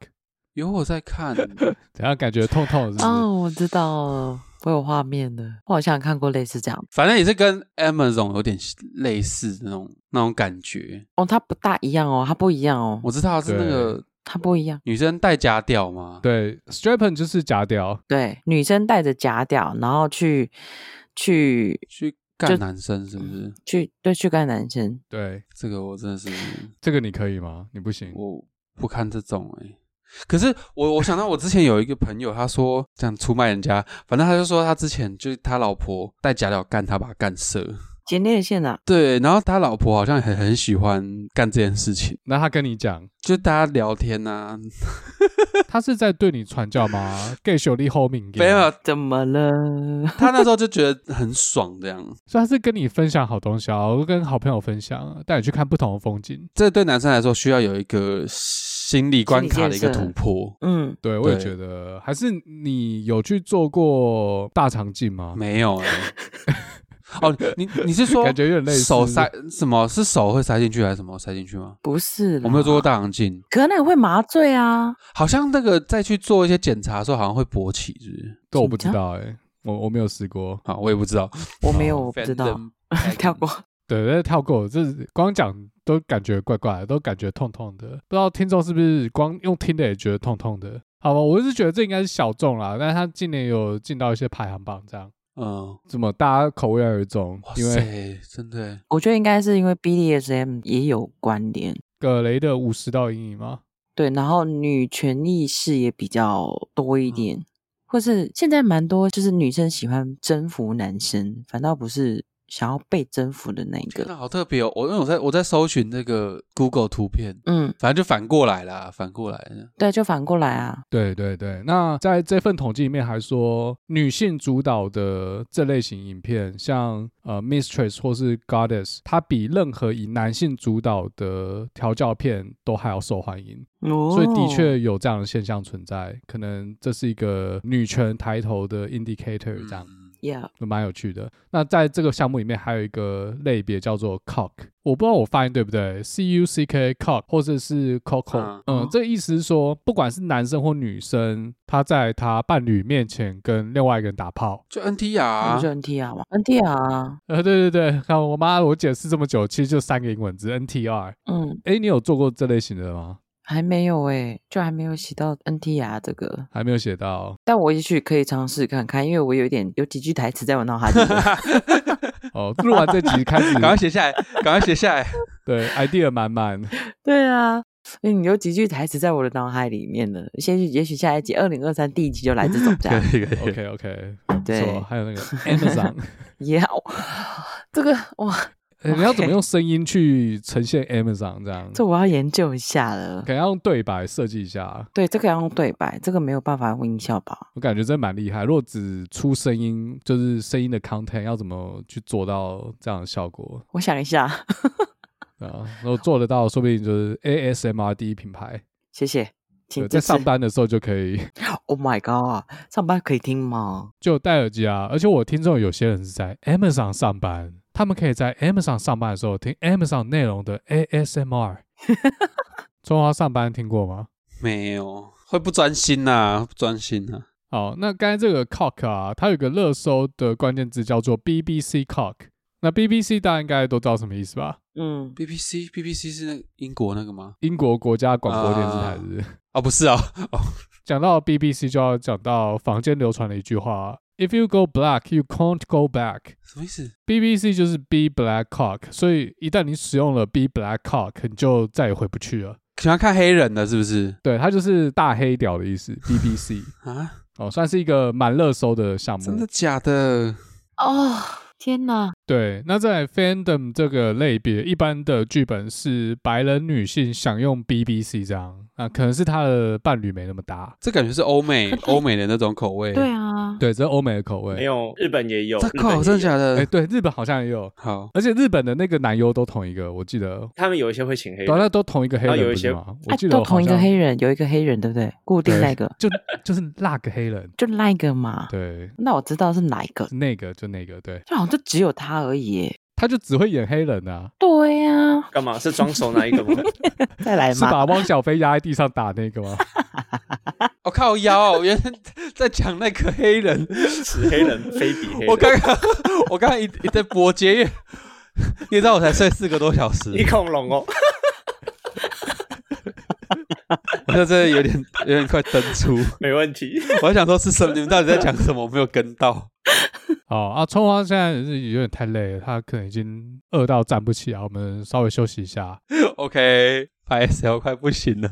Speaker 4: 有我在看，
Speaker 1: 怎样感觉痛痛的是不是？
Speaker 3: 哦，我知道了，我有画面的，我好像有看过类似这样。
Speaker 4: 反正也是跟 Amazon 有点类似的那种那种感觉。
Speaker 3: 哦，它不大一样哦，它不一样哦，
Speaker 4: 我知道是那个
Speaker 3: 它不一样。
Speaker 4: 女生戴假屌嘛，
Speaker 1: 对，strapping 就是假屌，
Speaker 3: 对，女生带着假屌，然后去去
Speaker 4: 去干男生是不是？
Speaker 3: 去对去干男生，
Speaker 1: 对，
Speaker 4: 这个我真的是
Speaker 1: 这个你可以吗？你不行。
Speaker 4: 我不看这种哎、可是我我想到我之前有一个朋友，他说这样出卖人家，反正他就说他之前就是他老婆戴假屌干他，把他干射。
Speaker 3: 前列腺啊，
Speaker 4: 对，然后他老婆好像很很喜欢干这件事情，
Speaker 1: 那他跟你讲，
Speaker 4: 就大家聊天呐、啊，
Speaker 1: 他是在对你传教吗？gay 秀丽后面
Speaker 4: 没有，
Speaker 3: 怎么了？
Speaker 4: 他那时候就觉得很爽，这样。
Speaker 1: 所以他是跟你分享好东西啊，跟好朋友分享，带你去看不同的风景。
Speaker 4: 这对男生来说需要有一个心理关卡的一个突破。
Speaker 3: 嗯，
Speaker 1: 对，我也
Speaker 4: 对
Speaker 1: 觉得，还是你有去做过大肠镜吗？
Speaker 4: 没有哎、哦，你你是说
Speaker 1: 感觉有点类似
Speaker 4: 手塞什么是手会塞进去还是什么塞进去吗？
Speaker 3: 不是，
Speaker 4: 我没有做过，大肠镜，
Speaker 3: 可能会麻醉啊。
Speaker 4: 好像那个再去做一些检查的时候，好像会勃起，是不是？
Speaker 1: 这我不
Speaker 3: 紧
Speaker 1: 知
Speaker 3: 张
Speaker 1: 道哎、我我没有试过。
Speaker 4: 好，我也不知道，
Speaker 3: 我没有，我不知道，
Speaker 4: Fandom
Speaker 3: 跳过。
Speaker 1: 对，但跳过，这是光讲都感觉怪怪的，都感觉痛痛的，不知道听众是不是光用听的也觉得痛痛的？好吧，我是觉得这应该是小众啦，但是他今年有进到一些排行榜，这样
Speaker 4: 嗯，
Speaker 1: 怎么大家口味要有一种
Speaker 4: 哇，
Speaker 1: 因为
Speaker 4: 塞，真的欸，
Speaker 3: 我觉得应该是因为 BDSM 也有关联，
Speaker 1: 葛雷的五十道阴影吗？
Speaker 3: 对，然后女权意识也比较多一点，或是现在蛮多就是女生喜欢征服男生，反倒不是想要被征服的那一
Speaker 4: 真的
Speaker 3: 个。
Speaker 4: 好特别哦！我因为我在我在搜寻那个 Google 图片，
Speaker 3: 嗯，
Speaker 4: 反正就反过来啦，反过来了。
Speaker 3: 对，就反过来啊，
Speaker 1: 对对对，那在这份统计里面还说，女性主导的这类型影片，像呃 Mistress 或是 Goddess，它比任何以男性主导的调教片都还要受欢迎。
Speaker 3: 哦
Speaker 1: 所以的确有这样的现象存在，可能这是一个女权抬头的 indicator，这样
Speaker 4: 嗯
Speaker 3: ，Yeah，
Speaker 1: 蛮有趣的。那在这个项目里面还有一个类别叫做 cock，我不知道我发音对不对，c u c k cock 或者是 coco，
Speaker 4: 嗯
Speaker 1: 嗯，这意思是说，不管是男生或女生，他在他伴侣面前跟另外一个人打炮。
Speaker 4: 就
Speaker 3: 那不
Speaker 4: NTR
Speaker 3: 是 NTR 吗？NTR，啊
Speaker 1: 呃，对对对，看我妈，我解释这么久，其实就三个英文字 NTR。
Speaker 3: 嗯，
Speaker 1: 哎，你有做过这类型的吗？
Speaker 3: 还没有诶、就还没有写到 NTR 这个，
Speaker 1: 还没有写到。
Speaker 3: 但我也许可以尝试看看，因为我有点有几句台词在我脑海里 面。
Speaker 1: 哦，录完这集开始
Speaker 4: 赶，快写下来，赶快写下来。
Speaker 1: 对，idea 满 满。
Speaker 3: 对啊，因为你有几句台词在我的脑海里面了，也许也许下一集二零二三第一集就来这种 这样。
Speaker 4: 以可
Speaker 1: OK OK，不
Speaker 3: 对
Speaker 1: 错。还有那个 Amazon，
Speaker 3: 也好，这个哇，
Speaker 1: 呃你要怎么
Speaker 3: OK
Speaker 1: 用声音去呈现 Amazon 这样？
Speaker 3: 这我要研究一下了
Speaker 1: 可。能要用对白设计一下，
Speaker 3: 对，这个要用对白，这个没有办法用音效吧？
Speaker 1: 我感觉真蛮厉害。如果只出声音，就是声音的 content 要怎么去做到这样的效果
Speaker 3: 我想一下，
Speaker 1: 啊？如果做得到，说不定就是 ASMR 第一品牌。
Speaker 3: 谢谢，请
Speaker 1: 对，
Speaker 3: 支
Speaker 1: 在
Speaker 3: 持
Speaker 1: 上。班的时候就可以
Speaker 3: Oh my god，上班可以听吗？
Speaker 1: 就戴耳机啊。而且我听众有些人是在 Amazon 上班，他们可以在 Amazon 上班的时候听 Amazon 内容的 ASMR。中华上班听过吗？
Speaker 4: 没有，会不专心呐、不专心呐、
Speaker 1: 好，那刚才这个 cock 啊，它有一个热搜的关键字叫做 BBC cock。那 BBC 大家应该都知道什么意思吧？
Speaker 3: 嗯，
Speaker 4: BBC BBC 是那个英国那个吗？
Speaker 1: 英国国家广播电视台是不是。
Speaker 4: 哦，不是哦，哦，
Speaker 1: 讲到 BBC 就要讲到坊间流传的一句话：If you go black, you can't go back。
Speaker 4: 什么意思？
Speaker 1: BBC 就是 be black cock，所以一旦你使用了 be black cock，你就再也回不去了。
Speaker 4: 喜欢看黑人的是不是？
Speaker 1: 对，它就是大黑屌的意思。BBC
Speaker 4: 啊，
Speaker 1: 哦，算是一个蛮热搜的项目。
Speaker 4: 真的假的？
Speaker 3: 哦，天哪，
Speaker 1: 对，那在 fandom 这个类别，一般的剧本是白人女性享用 BBC 这样，啊，可能是她的伴侣没那么搭，
Speaker 4: 这感觉是欧美欧美的那种口味。
Speaker 3: 对啊，吗？
Speaker 1: 对，这是欧美的口味。
Speaker 2: 没，有，日本也有，
Speaker 4: 这
Speaker 2: 日本也
Speaker 4: 口真的
Speaker 2: 有
Speaker 3: 啊
Speaker 4: 假
Speaker 1: 哎，
Speaker 4: 的？
Speaker 1: 对，日本好像也有，
Speaker 4: 好，
Speaker 1: 而且日本的那个男优都同一个，我记得，
Speaker 2: 他们有一些会请黑
Speaker 1: 对啊，
Speaker 2: 人，
Speaker 1: 那都同一个黑
Speaker 2: 然后
Speaker 1: 人
Speaker 2: 有一
Speaker 1: 不
Speaker 2: 些
Speaker 1: 是吗？我
Speaker 3: 哎
Speaker 1: 记得
Speaker 3: 都
Speaker 1: 我好
Speaker 3: 同一个
Speaker 1: 像
Speaker 3: 黑人，有一个黑人，对不对？固定
Speaker 1: 对
Speaker 3: 那个，
Speaker 1: 就就是那个黑人，
Speaker 3: 就那一个嘛。
Speaker 1: 对，
Speaker 3: 那我知道是哪一个，
Speaker 1: 那个就那个，对，
Speaker 3: 就好像就只有他而已耶。
Speaker 1: 他就只会演黑人啊，
Speaker 3: 对呀、
Speaker 2: 干嘛是装熟那一 个吗？
Speaker 3: 再
Speaker 2: 哎
Speaker 3: 来
Speaker 1: 是
Speaker 3: 嘛。
Speaker 1: 把汪小菲压在地上打那个吗？
Speaker 4: 我、靠腰、哦，原来 在讲那个黑人，
Speaker 2: 此黑人非彼黑人，
Speaker 4: 我刚刚我刚刚一一在播节约，你知道我才睡四个多小时，
Speaker 2: 你恐龙哦，
Speaker 4: 我现在真的有点有点快登出，
Speaker 2: 没问 题。
Speaker 4: 我还想说是什么？你们到底在讲什么？我没有跟到。
Speaker 1: 哦啊，春花现在是有点太累了，他可能已经饿到站不起来，啊我们稍微休息一下。
Speaker 4: OK，白 S L 快不行了，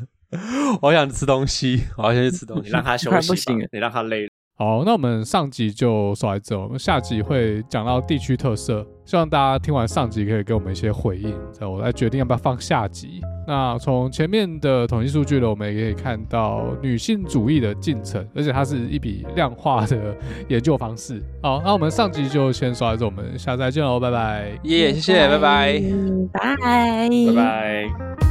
Speaker 4: 我想吃东西，我要先去吃东
Speaker 2: 你
Speaker 4: 西。
Speaker 2: 让他休
Speaker 3: 快
Speaker 2: 息
Speaker 3: 不
Speaker 2: 吧
Speaker 3: 行啊了，
Speaker 2: 你让他累了。
Speaker 1: 好，那我们上集就说到这，我们下集会讲到地区特色，希望大家听完上集可以给我们一些回应，这样我来决定要不要放下集。那从前面的统计数据呢，我们也可以看到女性主义的进程，而且它是一笔量化的研究方式。好，那我们上集就先说到这，我们下次再见喽，拜拜。
Speaker 4: 耶谢谢，拜拜。
Speaker 3: 拜拜，
Speaker 2: 拜拜。